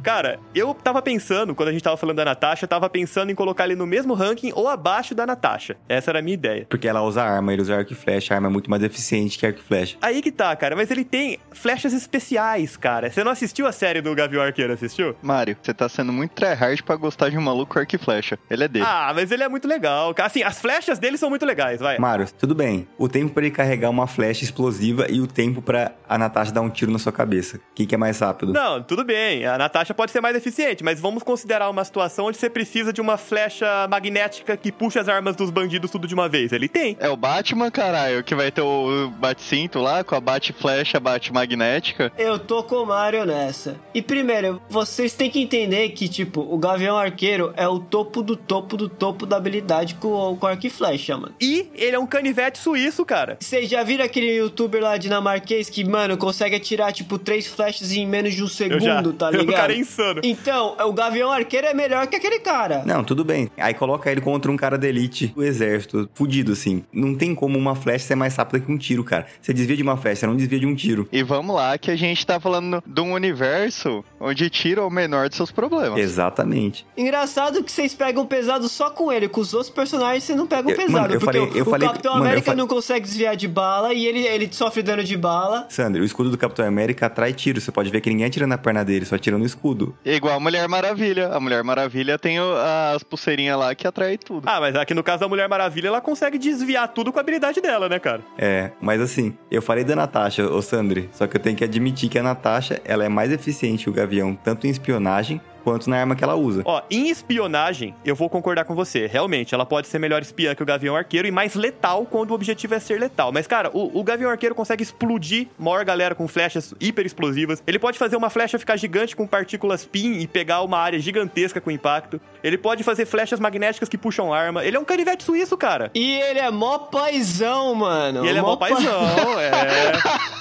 [SPEAKER 2] Cara, eu tava pensando, quando a gente tava falando da Natasha, eu tava pensando em colocar ele no mesmo ranking ou abaixo da Natasha. Essa era a minha ideia.
[SPEAKER 4] Porque ela usa arma, ele usa arco e flecha. A arma é muito mais eficiente que arco e flecha.
[SPEAKER 2] Aí que tá, cara, mas ele tem flechas especiais, cara. Você não assistiu a série do Gavião Arqueiro, assistiu?
[SPEAKER 6] Mário, você tá sendo muito tryhard pra gostar de um maluco arco e flecha. Ele é D.
[SPEAKER 2] Ah, mas ele é muito legal. cara. Assim, as flechas dele são muito legais, vai.
[SPEAKER 4] É. Mário, tudo bem. O tempo pra ele carregar uma flecha explosiva e o tempo pra a Natasha dar um tiro na sua cabeça. Quem que é mais rápido?
[SPEAKER 2] Não, tudo bem. A Natasha pode ser mais eficiente, mas vamos considerar uma situação onde você precisa de uma flecha magnética que puxa as armas dos bandidos tudo de uma vez. Ele tem.
[SPEAKER 6] É o Batman, caralho, que vai ter o bate-cinto lá, com a bate-flecha, bate-magnética.
[SPEAKER 5] Eu tô com o Mario nessa. E primeiro, vocês têm que entender que, tipo, o Gavião Arqueiro é o topo do topo do topo da habilidade com, com arco e flecha, mano.
[SPEAKER 2] E ele é um canivete suíço, cara.
[SPEAKER 5] Vocês já viram aquele youtuber lá dinamarquês que, mano, consegue atirar, tipo, três flechas em menos de um
[SPEAKER 2] Eu já.
[SPEAKER 5] segundo, tá
[SPEAKER 2] O cara
[SPEAKER 5] ligado?
[SPEAKER 2] é insano.
[SPEAKER 5] Então, o Gavião Arqueiro é melhor que aquele cara.
[SPEAKER 4] Não, tudo bem. Aí coloca ele contra um cara da elite do exército, fudido assim. Não tem como uma flecha ser mais rápida que um tiro, cara. Você desvia de uma flecha, você não desvia de um tiro.
[SPEAKER 6] E vamos lá, que a gente tá falando de um universo onde tira o menor de seus problemas.
[SPEAKER 4] Exatamente.
[SPEAKER 5] Engraçado que vocês pegam pesado só com ele, com os outros personagens vocês não pegam
[SPEAKER 4] Eu-
[SPEAKER 5] pesado.
[SPEAKER 4] mano, eu
[SPEAKER 5] porque
[SPEAKER 4] falei- eu
[SPEAKER 5] o
[SPEAKER 4] falei-
[SPEAKER 5] Capitão
[SPEAKER 4] mano, eu
[SPEAKER 5] América
[SPEAKER 4] falei-
[SPEAKER 5] não consegue desviar de bala e ele, ele sofre dano de bala.
[SPEAKER 4] Sandra, o escudo do Capitão América atrai tiro. Você pode ver que ninguém atira na perna dele, só atira no escudo.
[SPEAKER 6] É Igual a Mulher Maravilha. A Mulher Maravilha tem o- as pulseirinhas lá que atrai tudo.
[SPEAKER 2] Ah, mas aqui no caso da Mulher Maravilha, ela consegue desviar tudo com a habilidade dela, né, cara?
[SPEAKER 4] É, mas assim, eu falei da Natasha, ô Sandri, só que eu tenho que admitir que a Natasha, ela é mais eficiente que o Gavião, tanto em espionagem quanto na arma que ela usa.
[SPEAKER 2] Ó, em espionagem, eu vou concordar com você. Realmente, ela pode ser melhor espiã que o Gavião Arqueiro e mais letal quando o objetivo é ser letal. Mas, cara, o, o Gavião Arqueiro consegue explodir maior galera com flechas hiper explosivas. Ele pode fazer uma flecha ficar gigante com partículas PIN e pegar uma área gigantesca com impacto. Ele pode fazer flechas magnéticas que puxam arma. Ele é um canivete suíço, cara.
[SPEAKER 5] E ele é mó paizão, mano.
[SPEAKER 2] E ele é mó
[SPEAKER 5] pa-
[SPEAKER 2] paizão, é.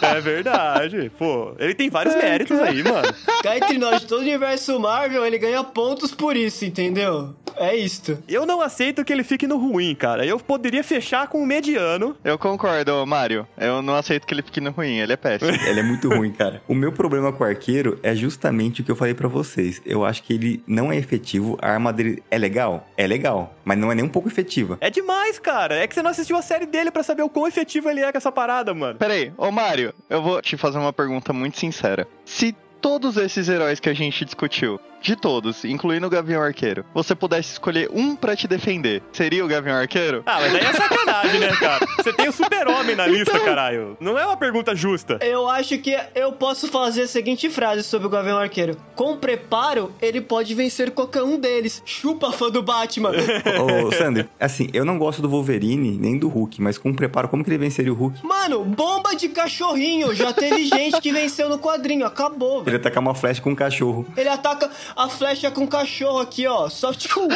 [SPEAKER 2] É verdade. Pô, ele tem vários méritos aí, mano.
[SPEAKER 5] Cá entre nós, todo o universo Marvel, ele ganha pontos por isso, entendeu? É isto.
[SPEAKER 2] Eu não aceito que ele fique no ruim, cara. Eu poderia fechar com o mediano.
[SPEAKER 6] Eu concordo, ô, Mário. Eu não aceito que ele fique no ruim, ele é péssimo.
[SPEAKER 4] Ela é muito ruim, cara. O meu problema com o arqueiro é justamente o que eu falei pra vocês. Eu acho que ele não é efetivo. A arma dele é legal? É legal. Mas não é nem um pouco efetiva.
[SPEAKER 2] É demais, cara. É que você não assistiu a série dele pra saber o quão efetivo ele é com essa parada, mano.
[SPEAKER 6] Peraí, ô Mário, eu vou te fazer uma pergunta muito sincera. Se todos esses heróis que a gente discutiu, de todos, incluindo o Gavião Arqueiro, você pudesse escolher um pra te defender, seria o Gavião Arqueiro?
[SPEAKER 2] Ah, mas daí é sacanagem, né, cara? Você tem o super-homem na lista, caralho. Não é uma pergunta justa.
[SPEAKER 5] Eu acho que eu posso fazer a seguinte frase sobre o Gavião Arqueiro. Com preparo, ele pode vencer qualquer um deles. Chupa, fã do Batman.
[SPEAKER 4] Ô, Sander, assim, eu não gosto do Wolverine nem do Hulk, mas com preparo, como que ele venceria o Hulk?
[SPEAKER 5] Mano, bomba de cachorrinho. Já teve gente que venceu no quadrinho. Acabou,
[SPEAKER 4] Ele
[SPEAKER 5] velho.
[SPEAKER 4] atacar uma flecha com um cachorro.
[SPEAKER 5] Ele ataca a flecha com o cachorro aqui, ó. Soft com.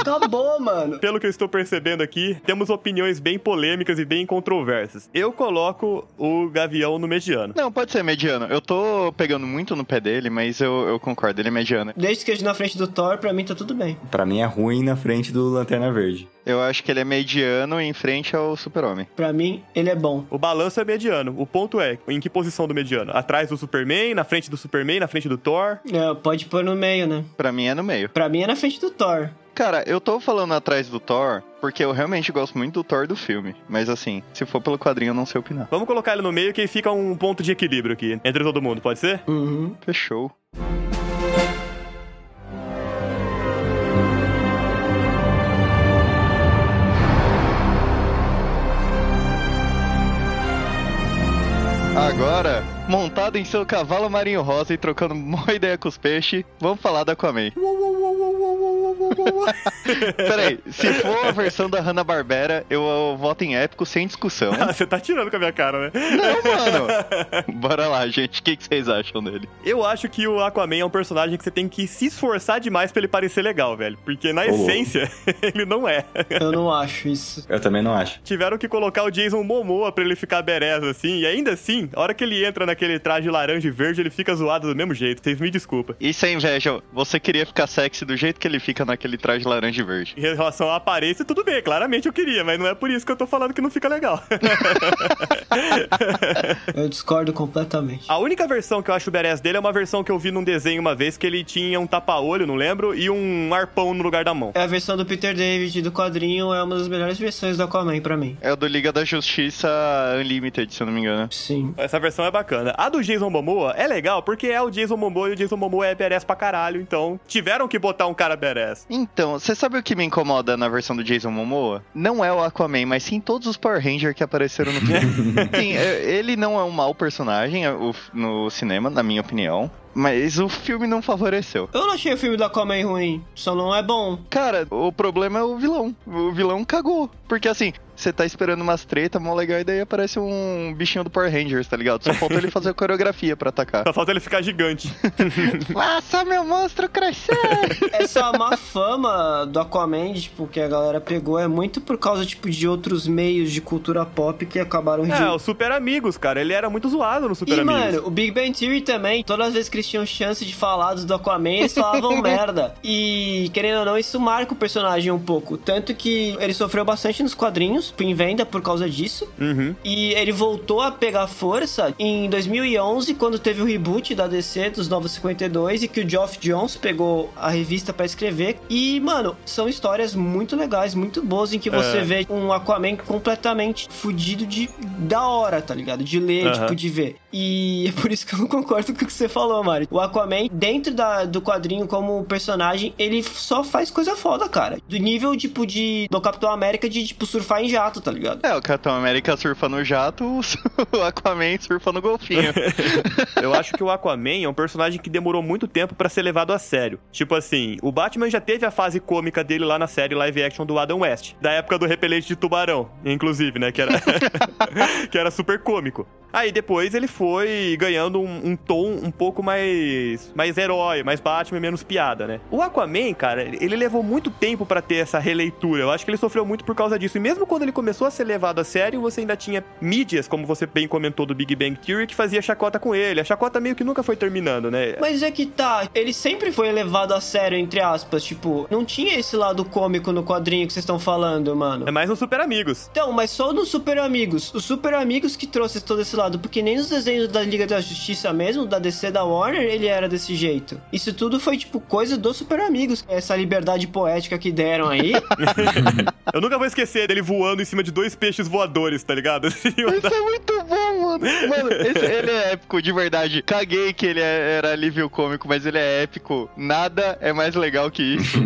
[SPEAKER 5] Acabou, mano.
[SPEAKER 2] Pelo que eu estou percebendo aqui, temos opiniões bem polêmicas e bem controversas. Eu coloco o Gavião no mediano.
[SPEAKER 6] Não, pode ser mediano. Eu tô pegando muito no pé dele, mas eu, eu concordo, ele é mediano.
[SPEAKER 5] Desde que esteja na frente do Thor, pra mim tá tudo bem.
[SPEAKER 4] Pra mim é ruim na frente do Lanterna Verde.
[SPEAKER 6] Eu acho que ele é mediano em frente ao Super-Homem.
[SPEAKER 5] Pra mim, ele é bom.
[SPEAKER 2] O balanço é mediano. O ponto é, em que posição do mediano? Atrás do Superman, na frente do Superman, na frente do Thor?
[SPEAKER 5] É, pode pôr no meio, né?
[SPEAKER 6] Pra mim é no meio.
[SPEAKER 5] Pra mim é na frente do Thor.
[SPEAKER 6] Cara, eu tô falando atrás do Thor porque eu realmente gosto muito do Thor do filme. Mas assim, se for pelo quadrinho, eu não sei opinar.
[SPEAKER 2] Vamos colocar ele no meio que fica um ponto de equilíbrio aqui entre todo mundo, pode ser?
[SPEAKER 5] Uhum.
[SPEAKER 6] Fechou. Agora, montado em seu cavalo marinho rosa e trocando uma ideia com os peixes, vamos falar da Aquaman. Peraí, se for a versão da Hanna-Barbera, eu, eu voto em épico sem discussão.
[SPEAKER 2] Ah, você tá tirando com a minha cara, né?
[SPEAKER 6] Não, mano. Bora lá, gente. O que, que vocês acham dele?
[SPEAKER 2] Eu acho que o Aquaman é um personagem que você tem que se esforçar demais pra ele parecer legal, velho. Porque na
[SPEAKER 4] louco.
[SPEAKER 2] essência, ele não é.
[SPEAKER 5] Eu não acho isso.
[SPEAKER 4] Eu também não acho.
[SPEAKER 2] Tiveram que colocar o Jason Momoa pra ele ficar berez assim. E ainda assim, a hora que ele entra naquele traje laranja e verde, ele fica zoado do mesmo jeito. Vocês me desculpa.
[SPEAKER 6] Isso é inveja. Você queria ficar sexy do jeito que ele fica naquele traje laranja e verde.
[SPEAKER 2] Em relação à aparência, tudo bem, claramente eu queria, mas não é por isso que eu tô falando que não fica legal.
[SPEAKER 5] Eu discordo completamente.
[SPEAKER 2] A única versão que eu acho badass dele é uma versão que eu vi num desenho uma vez que ele tinha um tapa-olho, não lembro, e um arpão no lugar da mão.
[SPEAKER 5] É a versão do Peter David do quadrinho é uma das melhores versões da Aquaman pra mim.
[SPEAKER 6] É o do Liga da Justiça Unlimited, se eu não me engano.
[SPEAKER 5] Sim.
[SPEAKER 2] Essa versão é bacana. A do Jason Momoa é legal porque é o Jason Momoa e o Jason Momoa é badass pra caralho, então tiveram que botar um cara badass.
[SPEAKER 6] Então, você sabe o que me incomoda na versão do Jason Momoa? Não é o Aquaman, mas sim todos os Power Rangers que apareceram no filme. sim, é, ele não é um mau personagem é, o f- no cinema, na minha opinião. Mas o filme não favoreceu.
[SPEAKER 5] Eu não achei o filme da Aquaman ruim, só não é bom.
[SPEAKER 6] Cara, o problema é o vilão. O vilão cagou. Porque assim, você tá esperando umas treta, mó legal, e daí aparece um bichinho do Power Rangers, tá ligado? Só falta ele fazer a coreografia pra atacar.
[SPEAKER 2] Só falta ele ficar gigante.
[SPEAKER 6] Faça meu monstro crescer!
[SPEAKER 5] Essa má fama do Aquaman, tipo, que a galera pegou é muito por causa, tipo, de outros meios de cultura pop que acabaram
[SPEAKER 2] é,
[SPEAKER 5] ridicularizando.
[SPEAKER 2] o Super Amigos, cara. Ele era muito zoado no Super
[SPEAKER 5] E,
[SPEAKER 2] Amigos.
[SPEAKER 5] mano, o Big Bang Theory também, todas as vezes que eles tinham chance de falar do Aquaman, eles falavam merda. E, querendo ou não, isso marca o personagem um pouco. Tanto que ele sofreu bastante nos quadrinhos, em venda, por causa disso.
[SPEAKER 2] Uhum.
[SPEAKER 5] E ele voltou a pegar força em 2011, quando teve o reboot da DC dos Novos 52 e que o Geoff Jones pegou a revista pra escrever. E, mano, são histórias muito legais, muito boas, em que você vê um Aquaman completamente fudido de da hora, tá ligado? De ler,
[SPEAKER 2] Aham.
[SPEAKER 5] tipo, de ver. E é por isso que eu não concordo com o que você falou, Mari. O Aquaman, dentro da, do quadrinho, como personagem, ele só faz coisa foda, cara. Do nível, tipo, de. do Capitão América de, tipo, surfar em jato, tá ligado?
[SPEAKER 6] É, o Capitão América surfa no jato, o Aquaman surfa no golfinho.
[SPEAKER 2] Eu acho que o Aquaman é um personagem que demorou muito tempo pra ser levado a sério. Tipo assim, o Batman já teve a fase cômica dele lá na série live action do Adam West, da época do repelente de tubarão, inclusive, né, que era que era super cômico. Aí depois ele foi ganhando um, um tom um pouco mais mais herói, mais Batman, menos piada, né? O Aquaman, cara, ele levou muito tempo pra ter essa releitura. Eu acho que ele sofreu muito por causa disso. E mesmo quando ele começou a ser levado a sério, você ainda tinha mídias, como você bem comentou do Big Bang Theory, que fazia chacota com ele. A chacota meio que nunca foi terminando, né?
[SPEAKER 5] Mas é que tá, ele sempre foi levado a sério, entre aspas. Tipo, não tinha esse lado cômico no quadrinho que vocês estão falando, mano.
[SPEAKER 2] É mais um Super Amigos.
[SPEAKER 5] Então, mas só nos Super Amigos. Os Super Amigos que trouxe todo esse lado. Porque nem nos desenhos da Liga da Justiça mesmo, da DC da Warner, ele era desse jeito. Isso tudo foi, tipo, coisa dos Super Amigos. Essa liberdade poética que deram aí.
[SPEAKER 2] Eu nunca vou esquecer dele voando em cima de dois peixes voadores, tá ligado? Assim,
[SPEAKER 6] Isso é muito bom, mano. Mano, esse- ele é épico de verdade. Caguei que ele é- era alívio cômico, mas ele é épico. Nada é mais legal que isso.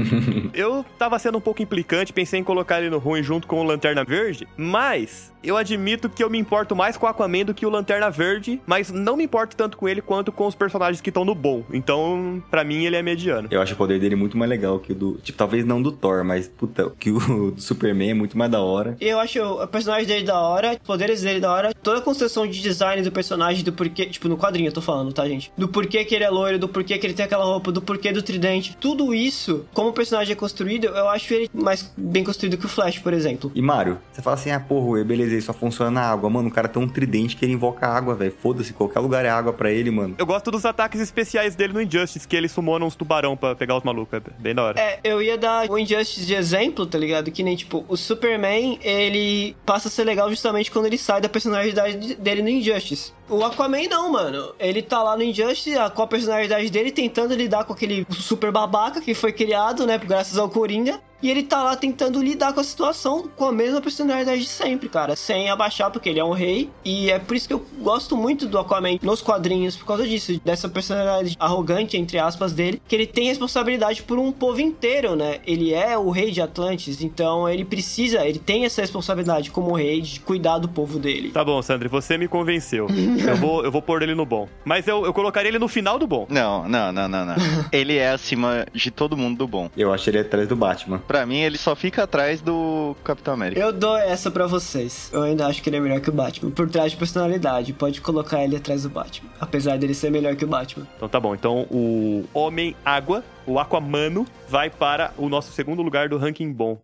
[SPEAKER 2] Eu tava sendo um pouco implicante, pensei em colocar ele no ruim junto com o Lanterna Verde, mas eu admito que eu me importo mais com o Aquaman do que o Lanterna Verde, mas não me importo tanto com ele quanto com os personagens que estão no bom. Então, pra mim, ele é mediano.
[SPEAKER 4] Eu acho o poder dele muito mais legal que o do. Tipo, talvez não do Thor, mas puta, que o do Superman é muito mais da hora.
[SPEAKER 5] Eu acho o personagem dele da hora, os poderes dele da hora, toda a construção de design do personagem, do porquê, tipo, no quadrinho eu tô falando, tá, gente? Do porquê que ele é loiro, do porquê que ele tem aquela roupa, do porquê do tridente. Tudo isso, como o personagem é construído, eu acho ele mais bem construído que o Flash, por exemplo.
[SPEAKER 4] E Mario, você fala assim, ah, porra, beleza, ele só funciona na água. Mano, o cara tem um tridente que ele invoca água, velho. Foda-se, qualquer lugar é água pra ele, mano.
[SPEAKER 2] Eu gosto dos ataques especiais dele no Injustice, que ele sumona uns tubarão pra pegar os malucos. É bem da hora.
[SPEAKER 5] É, eu ia dar o Injustice de exemplo, tá ligado? Que nem, tipo, o Superman, ele passa a ser legal justamente quando ele sai da personalidade dele no Injustice. O Aquaman não, mano. Ele tá lá no Injustice a- com a personalidade dele tentando lidar com aquele super babaca que foi criado, né, graças ao Coringa. E ele tá lá tentando lidar com a situação com a mesma personalidade de sempre, cara. Sem abaixar, porque ele é um rei. E é por isso que eu gosto muito do Aquaman nos quadrinhos, por causa disso. Dessa personalidade arrogante, entre aspas, dele. Que ele tem responsabilidade por um povo inteiro, né? Ele é o rei de Atlantis, então ele precisa, ele tem essa responsabilidade como rei de cuidar do povo dele.
[SPEAKER 2] Tá bom, Sandri, você me convenceu. eu, vou, eu vou pôr ele no bom. Mas eu, eu colocaria ele no final do bom.
[SPEAKER 6] Não, não, não, não, não. Ele é acima de todo mundo do bom.
[SPEAKER 4] Eu acho ele atrás do Batman.
[SPEAKER 6] Pra mim, ele só fica atrás do Capitão América.
[SPEAKER 5] Eu dou essa pra vocês. Eu ainda acho que ele é melhor que o Batman. Por trás de personalidade, pode colocar ele atrás do Batman. Apesar dele ser melhor que o Batman.
[SPEAKER 2] Então tá bom. Então o Homem Água, o Aquamano, vai para o nosso segundo lugar do ranking bom.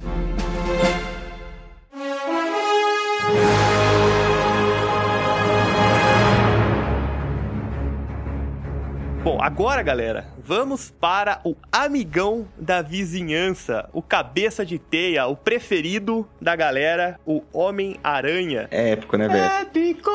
[SPEAKER 2] Bom, agora, galera, vamos para o amigão da vizinhança, o cabeça de teia, o preferido da galera, o Homem-Aranha.
[SPEAKER 4] É épico, né, velho?
[SPEAKER 5] Épico!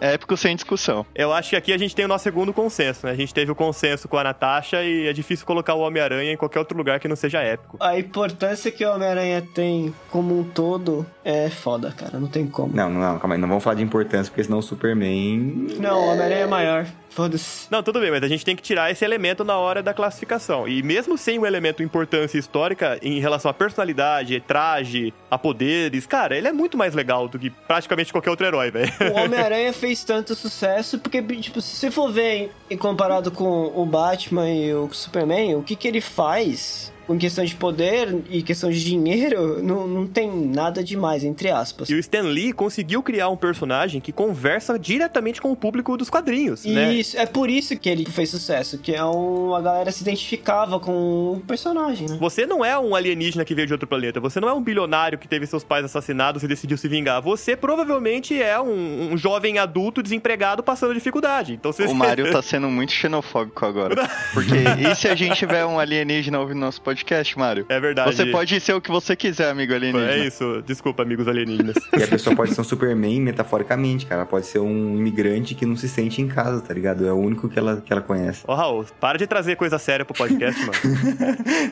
[SPEAKER 6] É épico sem discussão.
[SPEAKER 2] Eu acho que aqui a gente tem o nosso segundo consenso, né? A gente teve o consenso com a Natasha e é difícil colocar o Homem-Aranha em qualquer outro lugar que não seja épico.
[SPEAKER 5] A importância que o Homem-Aranha tem como um todo é foda, cara. Não tem como.
[SPEAKER 4] Não, não, calma aí. Não vamos falar de importância, porque senão o Superman.
[SPEAKER 5] Não, o Homem-Aranha é maior. Foda-se.
[SPEAKER 2] Não, tudo bem, mas a gente tem que tirar esse elemento na hora da classificação. E mesmo sem o elemento importância histórica em relação à personalidade, traje, a poderes, cara, ele é muito mais legal do que praticamente qualquer outro herói, velho.
[SPEAKER 5] O Homem-Aranha fez tanto sucesso porque, tipo, se você for ver em- em comparado com o Batman e o Superman, o que, que ele faz em questão de poder e questão de dinheiro não, não tem nada demais, entre aspas.
[SPEAKER 2] E o Stan Lee conseguiu criar um personagem que conversa diretamente com o público dos quadrinhos, né?
[SPEAKER 5] Isso, é por isso que ele fez sucesso, que é um, a galera se identificava com o personagem, né?
[SPEAKER 2] Você não é um alienígena que veio de outro planeta. Você não é um bilionário que teve seus pais assassinados e decidiu se vingar. Você provavelmente é um, um jovem adulto desempregado passando dificuldade. Então você
[SPEAKER 6] O Mario tá sendo muito xenofóbico agora. Porque e se a gente tiver um alienígena ouvindo nosso podcast, Mário.
[SPEAKER 2] É verdade.
[SPEAKER 6] Você pode ser o que você quiser, amigo alienígena.
[SPEAKER 2] É isso. Desculpa, amigos alienígenas.
[SPEAKER 4] E a pessoa pode ser um Superman, metaforicamente, cara. Ela pode ser um imigrante que não se sente em casa, tá ligado? É o único que ela, que ela conhece.
[SPEAKER 2] Ô, Raul, para de trazer coisa séria pro podcast, mano.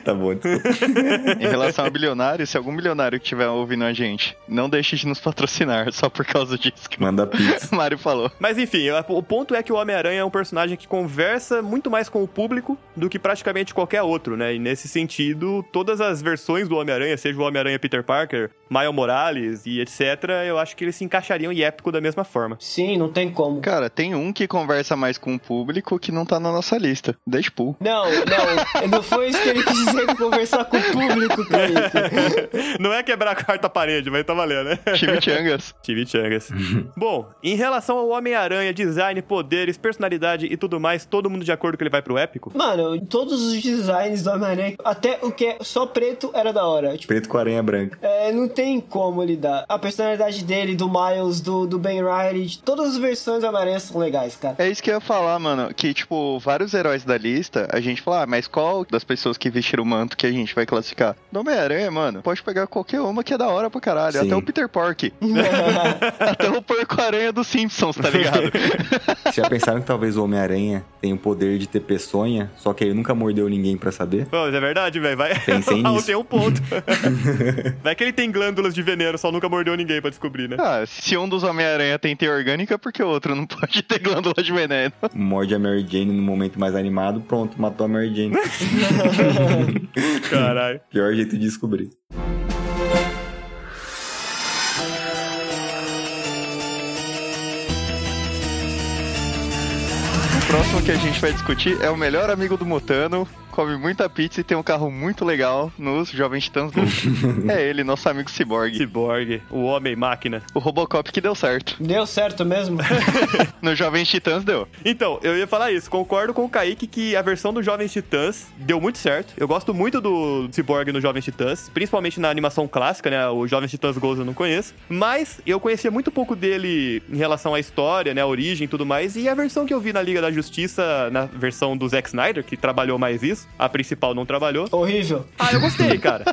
[SPEAKER 4] tá bom, desculpa.
[SPEAKER 6] Em relação a bilionário, se algum milionário que estiver ouvindo a gente, não deixe de nos patrocinar só por causa disso que
[SPEAKER 4] Manda pix.
[SPEAKER 6] o Mário falou.
[SPEAKER 2] Mas enfim, a- o ponto é que o Homem-Aranha é um personagem que conversa muito mais com o público do que praticamente qualquer outro, né? E nesse sentido, todas as versões do Homem-Aranha, seja o Homem-Aranha Peter Parker, Miles Morales e etc., eu acho que eles se encaixariam em épico da mesma forma.
[SPEAKER 5] Sim, não tem como.
[SPEAKER 6] Cara, tem um que conversa mais com o público que não tá na nossa lista. Deadpool.
[SPEAKER 5] Não, não, não foi isso que ele quis dizer com conversar com o público, Kaique.
[SPEAKER 2] Não é quebrar a quarta parede, mas tá valendo, né?
[SPEAKER 6] Chimichangas.
[SPEAKER 2] Chimichangas. Bom, em relação ao Homem-Aranha, design, poderes, personalidade e tudo mais, todo mundo de acordo que ele vai pro épico?
[SPEAKER 5] Mano, todos os designs do Homem-Aranha, até o que é só preto era da hora. Tipo,
[SPEAKER 4] Preto com aranha branca.
[SPEAKER 5] é, não tem como lidar. A personalidade dele, do Miles, do, do Ben Riley, de todas as versões do Homem-Aranha são legais, cara.
[SPEAKER 6] É isso que eu ia falar, mano. Que, tipo, vários heróis da lista, a gente fala, ah, mas qual das pessoas que vestiram o manto que a gente vai classificar? Do Homem-Aranha, mano. Pode pegar qualquer uma que é da hora pra caralho.
[SPEAKER 4] Sim.
[SPEAKER 6] Até o Peter Pork. Até o Porco-Aranha dos Simpsons, tá ligado?
[SPEAKER 4] Vocês já pensaram que talvez o Homem-Aranha tem o poder de ter peçonha, só que ele nunca mordeu ninguém pra saber?
[SPEAKER 2] Pô, mas é verdade, velho. Vai.
[SPEAKER 4] Pensei
[SPEAKER 2] Raul
[SPEAKER 4] nisso.
[SPEAKER 2] tem um ponto. Vai que ele tem glândulas de veneno, só nunca mordeu ninguém pra descobrir, né?
[SPEAKER 6] ah, se um dos Homem-Aranha tem teia orgânica, por que o outro não pode ter glândula de veneno?
[SPEAKER 4] Morde a Mary Jane no momento mais animado, pronto, matou a Mary Jane.
[SPEAKER 2] Caralho.
[SPEAKER 4] Pior jeito de descobrir.
[SPEAKER 6] O próximo que a gente vai discutir é o melhor amigo do Mutano, come muita pizza e tem um carro muito legal nos Jovens Titãs Go. é ele, nosso amigo Cyborg.
[SPEAKER 2] Cyborg, o homem máquina.
[SPEAKER 6] O Robocop que deu certo.
[SPEAKER 5] Deu certo mesmo?
[SPEAKER 6] Nos Jovens Titãs deu.
[SPEAKER 2] Então, eu ia falar isso. Concordo com o Kaique que a versão do Jovens Titãs deu muito certo. Eu gosto muito do Cyborg no Jovens Titãs, principalmente na animação clássica, né? O Jovens Titãs Goals eu não conheço. Mas eu conhecia muito pouco dele em relação à história, né? A origem e tudo mais. E a versão que eu vi na Liga da Justiça, na versão do Zack Snyder, que trabalhou mais isso, a principal não trabalhou.
[SPEAKER 5] Horrível.
[SPEAKER 2] Ah, eu gostei, cara.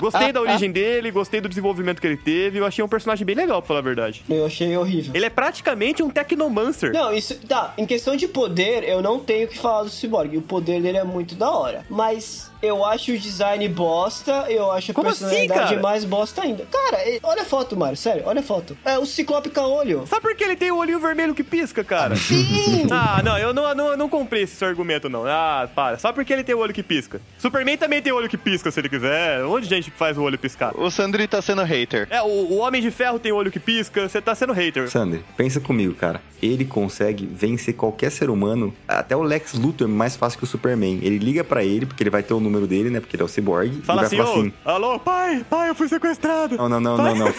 [SPEAKER 2] gostei da origem dele, gostei do desenvolvimento que ele teve. Eu achei um personagem bem legal, pra falar a verdade.
[SPEAKER 5] Eu achei horrível.
[SPEAKER 2] Ele é praticamente um Tecnomancer.
[SPEAKER 5] Não, isso. Tá, em questão de poder, eu não tenho o que falar do Cyborg. O poder dele é muito da hora. Mas eu acho o design bosta, eu acho a
[SPEAKER 2] Como assim,
[SPEAKER 5] personalidade
[SPEAKER 2] cara?
[SPEAKER 5] mais bosta ainda. Cara, e- olha a foto, Mário, sério, olha a foto. É o Ciclope Caolho.
[SPEAKER 2] Sabe por que ele tem o olhinho vermelho que pisca, cara?
[SPEAKER 5] Sim!
[SPEAKER 2] Ah, não, eu não, não, eu não comprei esse seu argumento, não. Ah, para. Só porque ele tem o olho que pisca. Superman também tem olho que pisca, se ele quiser. Onde gente que faz o olho piscar?
[SPEAKER 6] O Sandri tá sendo hater.
[SPEAKER 2] É, o, o Homem de Ferro tem olho que pisca. Você tá sendo hater.
[SPEAKER 4] Sander, pensa comigo, cara. Ele consegue vencer qualquer ser humano, até o Lex Luthor mais fácil que o Superman. Ele liga pra ele, porque ele vai ter o número dele, né? Porque ele é o cyborg. e
[SPEAKER 2] Fala
[SPEAKER 4] vai
[SPEAKER 2] assim,
[SPEAKER 4] falar
[SPEAKER 2] ô,
[SPEAKER 4] assim.
[SPEAKER 2] alô, pai, pai, eu fui sequestrado.
[SPEAKER 4] Não, não, não, não, não.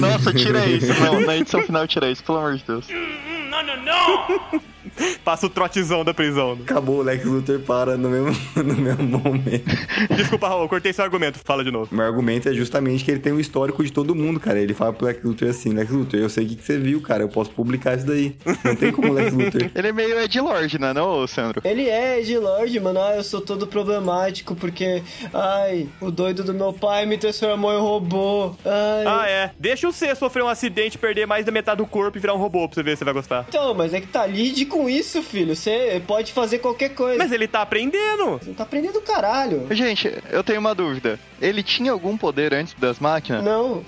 [SPEAKER 6] Nossa, tira isso. Não, na edição final tira isso, pelo amor de Deus.
[SPEAKER 2] Passa o trotezão da prisão.
[SPEAKER 4] Acabou, o Lex Luthor para no mesmo, no mesmo momento.
[SPEAKER 2] Desculpa, Raul, eu cortei seu argumento. Fala de novo.
[SPEAKER 4] Meu argumento é justamente que ele tem o histórico de todo mundo, cara. Ele fala pro Lex Luthor assim, Lex Luthor, eu sei o que, que você viu, cara. Eu posso publicar isso daí. Não tem como o Lex Luthor.
[SPEAKER 6] Ele é meio Ed Lord, né, não, ô, Sandro?
[SPEAKER 5] Ele é de Lorde, mano. Ah, eu sou todo problemático porque. Ai, o doido do meu pai me transformou em robô. Ai.
[SPEAKER 2] Ah, é. Deixa o C sofrer um acidente, perder mais da metade do corpo e virar um robô pra você ver se você vai gostar.
[SPEAKER 5] Então, mas é que tá lide com isso, filho. Você pode fazer qualquer coisa.
[SPEAKER 2] Mas ele tá aprendendo.
[SPEAKER 5] Você não tá aprendendo caralho.
[SPEAKER 6] Gente, eu tenho uma dúvida. Ele tinha algum poder antes das máquinas?
[SPEAKER 5] Não,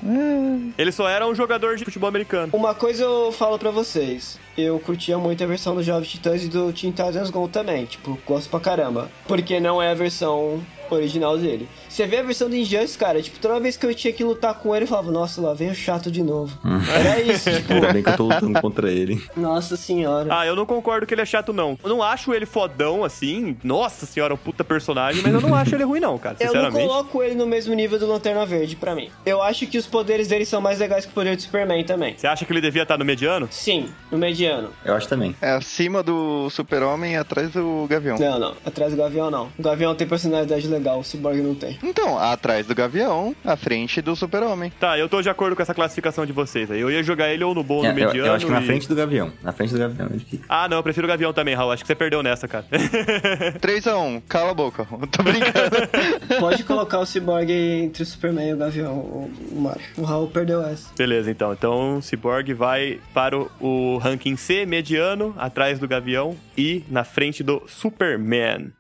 [SPEAKER 2] Ele só era um jogador de futebol americano.
[SPEAKER 5] Uma coisa eu falo pra vocês, eu curtia muito a versão do Jovem Titãs e do Teen Titans Go também, tipo, gosto pra caramba, porque não é a versão original dele. Você vê a versão do Injustice, cara, tipo, toda vez que eu tinha que lutar com ele, eu falava, nossa, lá vem o chato de novo.
[SPEAKER 2] Hum.
[SPEAKER 5] Era isso,
[SPEAKER 4] Ainda
[SPEAKER 5] tipo,
[SPEAKER 4] bem que eu tô lutando contra ele.
[SPEAKER 5] nossa senhora.
[SPEAKER 2] Ah, eu não concordo que ele é chato, não. Eu não acho ele fodão assim. Nossa senhora, um puta personagem, mas eu não acho ele ruim, não, cara.
[SPEAKER 5] Eu não
[SPEAKER 2] Sinceramente.
[SPEAKER 5] coloco ele no mesmo nível do Lanterna Verde, pra mim. Eu acho que os poderes dele são mais legais que o poder do Superman também.
[SPEAKER 2] Você acha que ele devia estar no mediano?
[SPEAKER 5] Sim, no mediano.
[SPEAKER 4] Eu acho também.
[SPEAKER 6] É acima do super-homem e atrás do Gavião.
[SPEAKER 5] Não, não, atrás do Gavião não. O Gavião tem personalidade legal, o Cyborg não tem.
[SPEAKER 6] Então, atrás do Gavião, à frente do Super-Homem.
[SPEAKER 2] Tá, eu tô de acordo com essa classificação de vocês aí. Eu ia jogar ele ou no bom ou no
[SPEAKER 4] É, eu,
[SPEAKER 2] mediano.
[SPEAKER 4] eu acho que na
[SPEAKER 2] e-
[SPEAKER 4] frente do Gavião. Na frente do Gavião ele fica.
[SPEAKER 2] Ah, não, eu prefiro o Gavião também, Raul. Acho que você perdeu nessa, cara.
[SPEAKER 6] 3x1, cala a boca. Eu Tô brincando.
[SPEAKER 5] Pode colocar o Cyborg entre o Superman e o Gavião, o o Mario. O Raul perdeu essa.
[SPEAKER 2] Beleza, então. Então, o Cyborg vai para o, o ranking C, mediano, atrás do Gavião e na frente do Superman.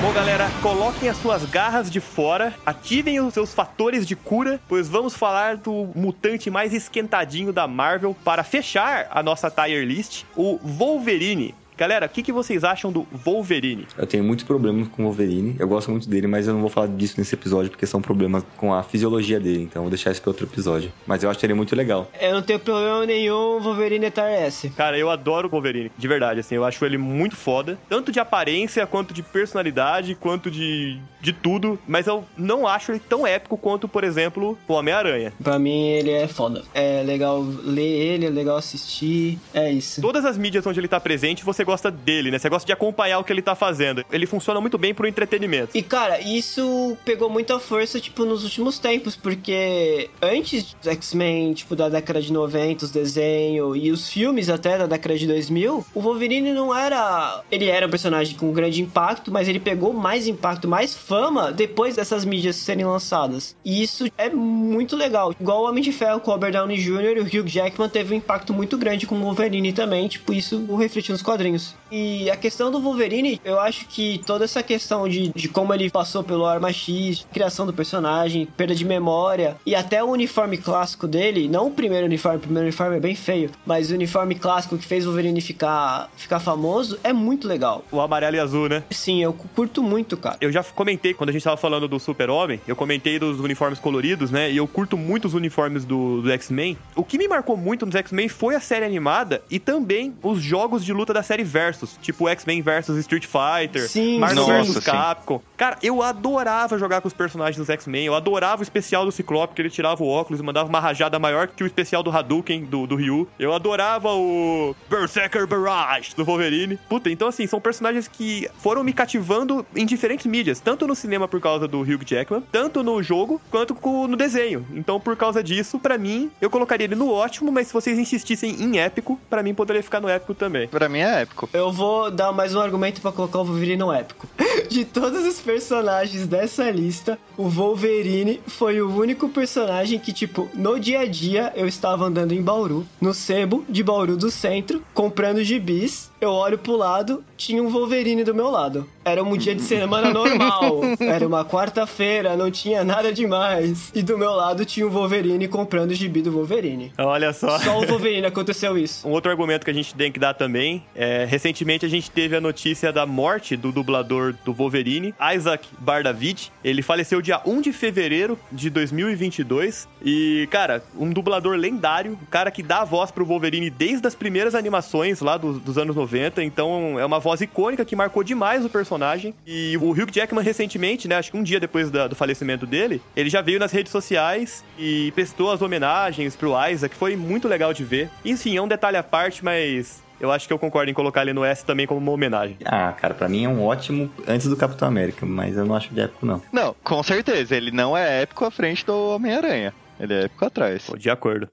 [SPEAKER 2] Bom, galera, coloquem as suas garras de fora, ativem os seus fatores de cura, pois vamos falar do mutante mais esquentadinho da Marvel para fechar a nossa tier list, o Wolverine. Galera, o que, que vocês acham do Wolverine?
[SPEAKER 4] Eu tenho muitos problemas com o Wolverine. Eu gosto muito dele, mas eu não vou falar disso nesse episódio porque são problemas com a fisiologia dele. Então eu vou deixar isso pra outro episódio. Mas eu acho ele muito legal.
[SPEAKER 5] Eu não tenho problema nenhum, Wolverine é S.
[SPEAKER 2] Cara, eu adoro o Wolverine, de verdade, assim, eu acho ele muito foda, tanto de aparência, quanto de personalidade, quanto de, de tudo, mas eu não acho ele tão épico quanto, por exemplo, o Homem-Aranha.
[SPEAKER 5] Pra mim, ele é foda. É legal ler ele, é legal assistir. É isso.
[SPEAKER 2] Todas as mídias onde ele tá presente, você gosta dele, né? Você gosta de acompanhar o que ele tá fazendo. Ele funciona muito bem pro entretenimento.
[SPEAKER 5] E cara, isso pegou muita força, tipo, nos últimos tempos, porque antes dos X-Men, tipo, da década de 90, os desenhos e os filmes até da década de 2000, o Wolverine não era. Ele era um personagem com grande impacto, mas ele pegou mais impacto, mais fama depois dessas mídias serem lançadas. E isso é muito legal. Igual o Homem de Ferro com o Robert Downey Jr. e o Hugh Jackman teve um impacto muito grande com o Wolverine também, tipo, isso refletiu nos quadrinhos. E a questão do Wolverine, eu acho que toda essa questão de, de como ele passou pelo Arma X, criação do personagem, perda de memória e até o uniforme clássico dele, não o primeiro uniforme, o primeiro uniforme é bem feio, mas o uniforme clássico que fez o Wolverine ficar, ficar famoso é muito legal.
[SPEAKER 2] O amarelo e azul, né?
[SPEAKER 5] Sim, eu cu- curto muito, cara.
[SPEAKER 2] Eu já comentei, quando a gente tava falando do Super-Homem, eu comentei dos uniformes coloridos, né? E eu curto muito os uniformes do, do X-Men. O que me marcou muito nos X-Men foi a série animada e também os jogos de luta da série Versus. Tipo X-Men versus Street Fighter,
[SPEAKER 5] Sim,
[SPEAKER 2] Marvel
[SPEAKER 6] sim.
[SPEAKER 2] versus
[SPEAKER 6] Nossa, sim.
[SPEAKER 2] Capcom. Cara, eu adorava jogar com os personagens dos X-Men. Eu adorava o especial do Ciclope, que ele tirava o óculos e mandava uma rajada maior que o especial do Hadouken, do, do Ryu. Eu adorava o Berserker Barrage, do Wolverine. Puta, então assim, são personagens que foram me cativando em diferentes mídias. Tanto no cinema por causa do Hugh Jackman, tanto no jogo, quanto co- no desenho. Então, por causa disso, pra mim, eu colocaria ele no ótimo, mas se vocês insistissem em épico, pra mim poderia ficar no épico também.
[SPEAKER 6] pra mim é épico.
[SPEAKER 5] Eu vou dar mais um argumento pra colocar o Wolverine no épico. De todos os personagens dessa lista, o Wolverine foi o único personagem que, tipo, no dia a dia eu estava andando em Bauru, no sebo de Bauru do centro, comprando gibis. Eu olho pro lado, tinha um Wolverine do meu lado. Era um dia de semana normal. Era uma quarta-feira, não tinha nada demais. E do meu lado tinha um Wolverine comprando gibi do Wolverine.
[SPEAKER 2] Olha só.
[SPEAKER 5] Só o Wolverine aconteceu isso.
[SPEAKER 2] Um outro argumento que a gente tem que dar também é, recentemente a gente teve a notícia da morte do dublador do Wolverine, Isaac Bardavid. Ele faleceu dia 1 de fevereiro de 2022 e, cara, um dublador lendário, um cara que dá a voz pro Wolverine desde as primeiras animações lá dos, dos anos 90, então é uma voz icônica que marcou demais o personagem. E o Hugh Jackman recentemente, né, acho que um dia depois da- do falecimento dele, ele já veio nas redes sociais e prestou as homenagens pro Isaac, foi muito legal de ver. Enfim, é um detalhe à parte, mas eu acho que eu concordo em colocar ele no S também como uma homenagem.
[SPEAKER 4] Ah, cara, pra mim é um ótimo antes do Capitão América, mas eu não acho de épico, não.
[SPEAKER 6] Não, com certeza, ele não é épico à frente do Homem-Aranha. Ele é épico atrás.
[SPEAKER 2] Pô, De acordo.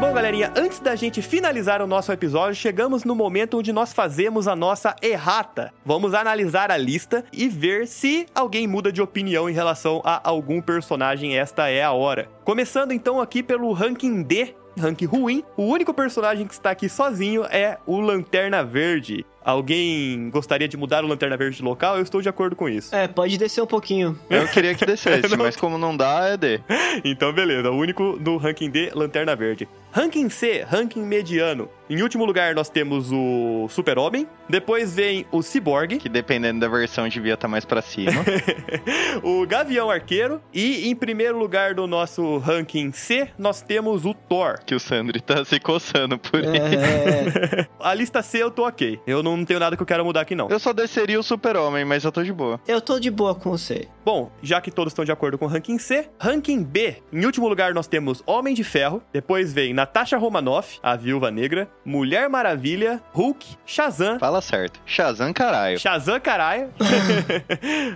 [SPEAKER 2] Bom, galerinha, antes da gente finalizar o nosso episódio, chegamos no momento onde nós fazemos a nossa errata. Vamos analisar a lista e ver se alguém muda de opinião em relação a algum personagem. Esta é a hora. Começando então aqui pelo ranking D, ranking ruim. O único personagem que está aqui sozinho é o Lanterna Verde. Alguém gostaria de mudar o Lanterna Verde de local? Eu estou de acordo com isso.
[SPEAKER 5] É, pode descer um pouquinho.
[SPEAKER 6] Eu queria que descesse, mas como não dá, é D.
[SPEAKER 2] Então, beleza. O único no ranking D, Lanterna Verde. Ranking C, ranking mediano. Em último lugar, nós temos o Super-Homem. Depois vem o Cyborg.
[SPEAKER 6] Que dependendo da versão devia estar mais pra cima.
[SPEAKER 2] o Gavião Arqueiro. E em primeiro lugar do nosso ranking C, nós temos o Thor.
[SPEAKER 6] que o Sandri tá se coçando por isso.
[SPEAKER 5] É,
[SPEAKER 2] A lista C eu tô ok. Eu não tenho nada que eu quero mudar aqui, não.
[SPEAKER 6] Eu só desceria o super-homem, mas eu tô de boa.
[SPEAKER 5] eu tô de boa com você.
[SPEAKER 2] Bom, já que todos estão de acordo com o ranking C, ranking B. Em último lugar, nós temos Homem de Ferro. Depois vem Natasha Romanoff, a Viúva Negra. Mulher Maravilha, Hulk, Shazam.
[SPEAKER 6] Fala certo. Shazam, caralho.
[SPEAKER 2] Shazam, caralho.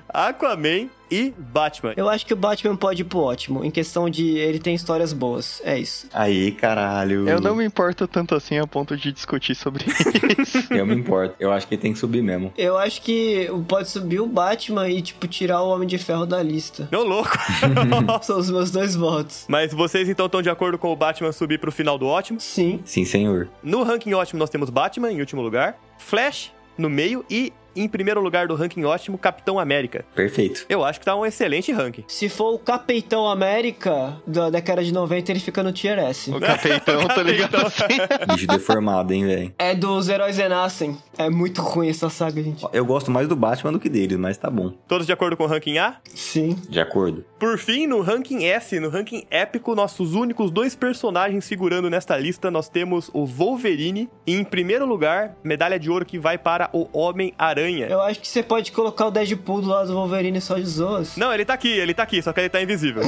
[SPEAKER 2] Aquaman e Batman.
[SPEAKER 5] Eu acho que o Batman pode ir pro ótimo, em questão de ele tem histórias boas. É isso.
[SPEAKER 4] Aí, caralho.
[SPEAKER 6] Eu não me importo tanto assim a ponto de discutir sobre isso.
[SPEAKER 4] Eu me importo. Eu acho que tem que subir mesmo.
[SPEAKER 5] Eu acho que pode subir o Batman e, tipo, tirar o Homem de Ferro da lista.
[SPEAKER 2] Meu louco.
[SPEAKER 5] São os meus dois votos.
[SPEAKER 2] Mas vocês então estão de acordo com o Batman subir pro final do ótimo?
[SPEAKER 5] Sim.
[SPEAKER 4] Sim, senhor.
[SPEAKER 2] No ranking ótimo nós temos Batman em último lugar, Flash no meio e em primeiro lugar do ranking ótimo Capitão América.
[SPEAKER 4] Perfeito.
[SPEAKER 2] Eu acho que tá um excelente ranking.
[SPEAKER 5] Se for o Capitão América da década de 90, ele fica no Tier S.
[SPEAKER 6] O capitão, tá ligado assim?
[SPEAKER 4] Bicho deformado, hein, velho.
[SPEAKER 5] É dos Heróis Renascem. É muito ruim essa saga, gente.
[SPEAKER 4] Eu gosto mais do Batman do que dele, mas tá bom.
[SPEAKER 2] Todos de acordo com o ranking A?
[SPEAKER 5] Sim.
[SPEAKER 4] De acordo.
[SPEAKER 2] Por fim, no ranking S, no ranking épico, nossos únicos dois personagens figurando nesta lista, nós temos o Wolverine e em primeiro lugar, medalha de ouro que vai para o Homem-Aranha.
[SPEAKER 5] Eu acho que você pode colocar o Deadpool do lado do Wolverine só de zoas.
[SPEAKER 2] Não, ele tá aqui, ele tá aqui, só que ele tá invisível.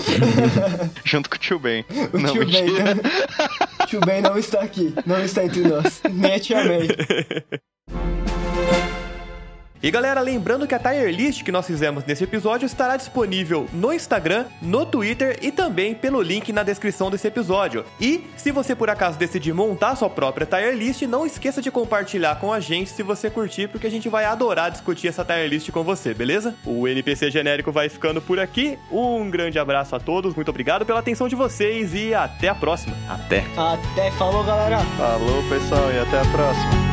[SPEAKER 6] Junto com o tio Ben.
[SPEAKER 5] O
[SPEAKER 6] Não,
[SPEAKER 5] tio Ben.
[SPEAKER 6] mentira.
[SPEAKER 5] não- tio Ben não está aqui. Não está entre nós. Nem a Tia May.
[SPEAKER 2] E galera, lembrando que a tier list que nós fizemos nesse episódio estará disponível no Instagram, no Twitter e também pelo link na descrição desse episódio. E se você por acaso decidir montar sua própria tier list, não esqueça de compartilhar com a gente se você curtir, porque a gente vai adorar discutir essa tier list com você, beleza? O NPC genérico vai ficando por aqui. Um grande abraço a todos, muito obrigado pela atenção de vocês e até a próxima.
[SPEAKER 4] Até.
[SPEAKER 5] Até. Falou, galera.
[SPEAKER 6] Falou, pessoal, e até a próxima.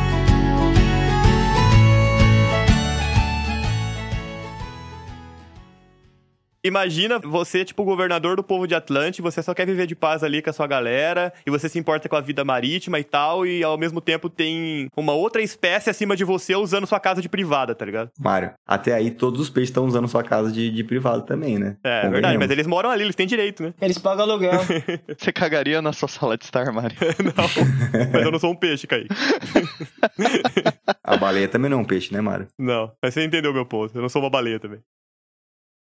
[SPEAKER 2] Imagina você, tipo, governador do povo de Atlante, você só quer viver de paz ali com a sua galera, e você se importa com a vida marítima e tal, e ao mesmo tempo tem uma outra espécie acima de você usando sua casa de privada, tá ligado?
[SPEAKER 4] Mário, até aí todos os peixes estão usando sua casa de, de privado também, né?
[SPEAKER 2] É, é verdade, mas eles moram ali, eles têm direito, né?
[SPEAKER 5] Eles pagam aluguel.
[SPEAKER 6] Você cagaria na sua sala de estar, Mario?
[SPEAKER 2] Não, mas eu não sou um peixe, Kaique.
[SPEAKER 4] A baleia também não é um peixe, né, Mário?
[SPEAKER 2] Não, mas você entendeu meu ponto, eu não sou uma baleia também.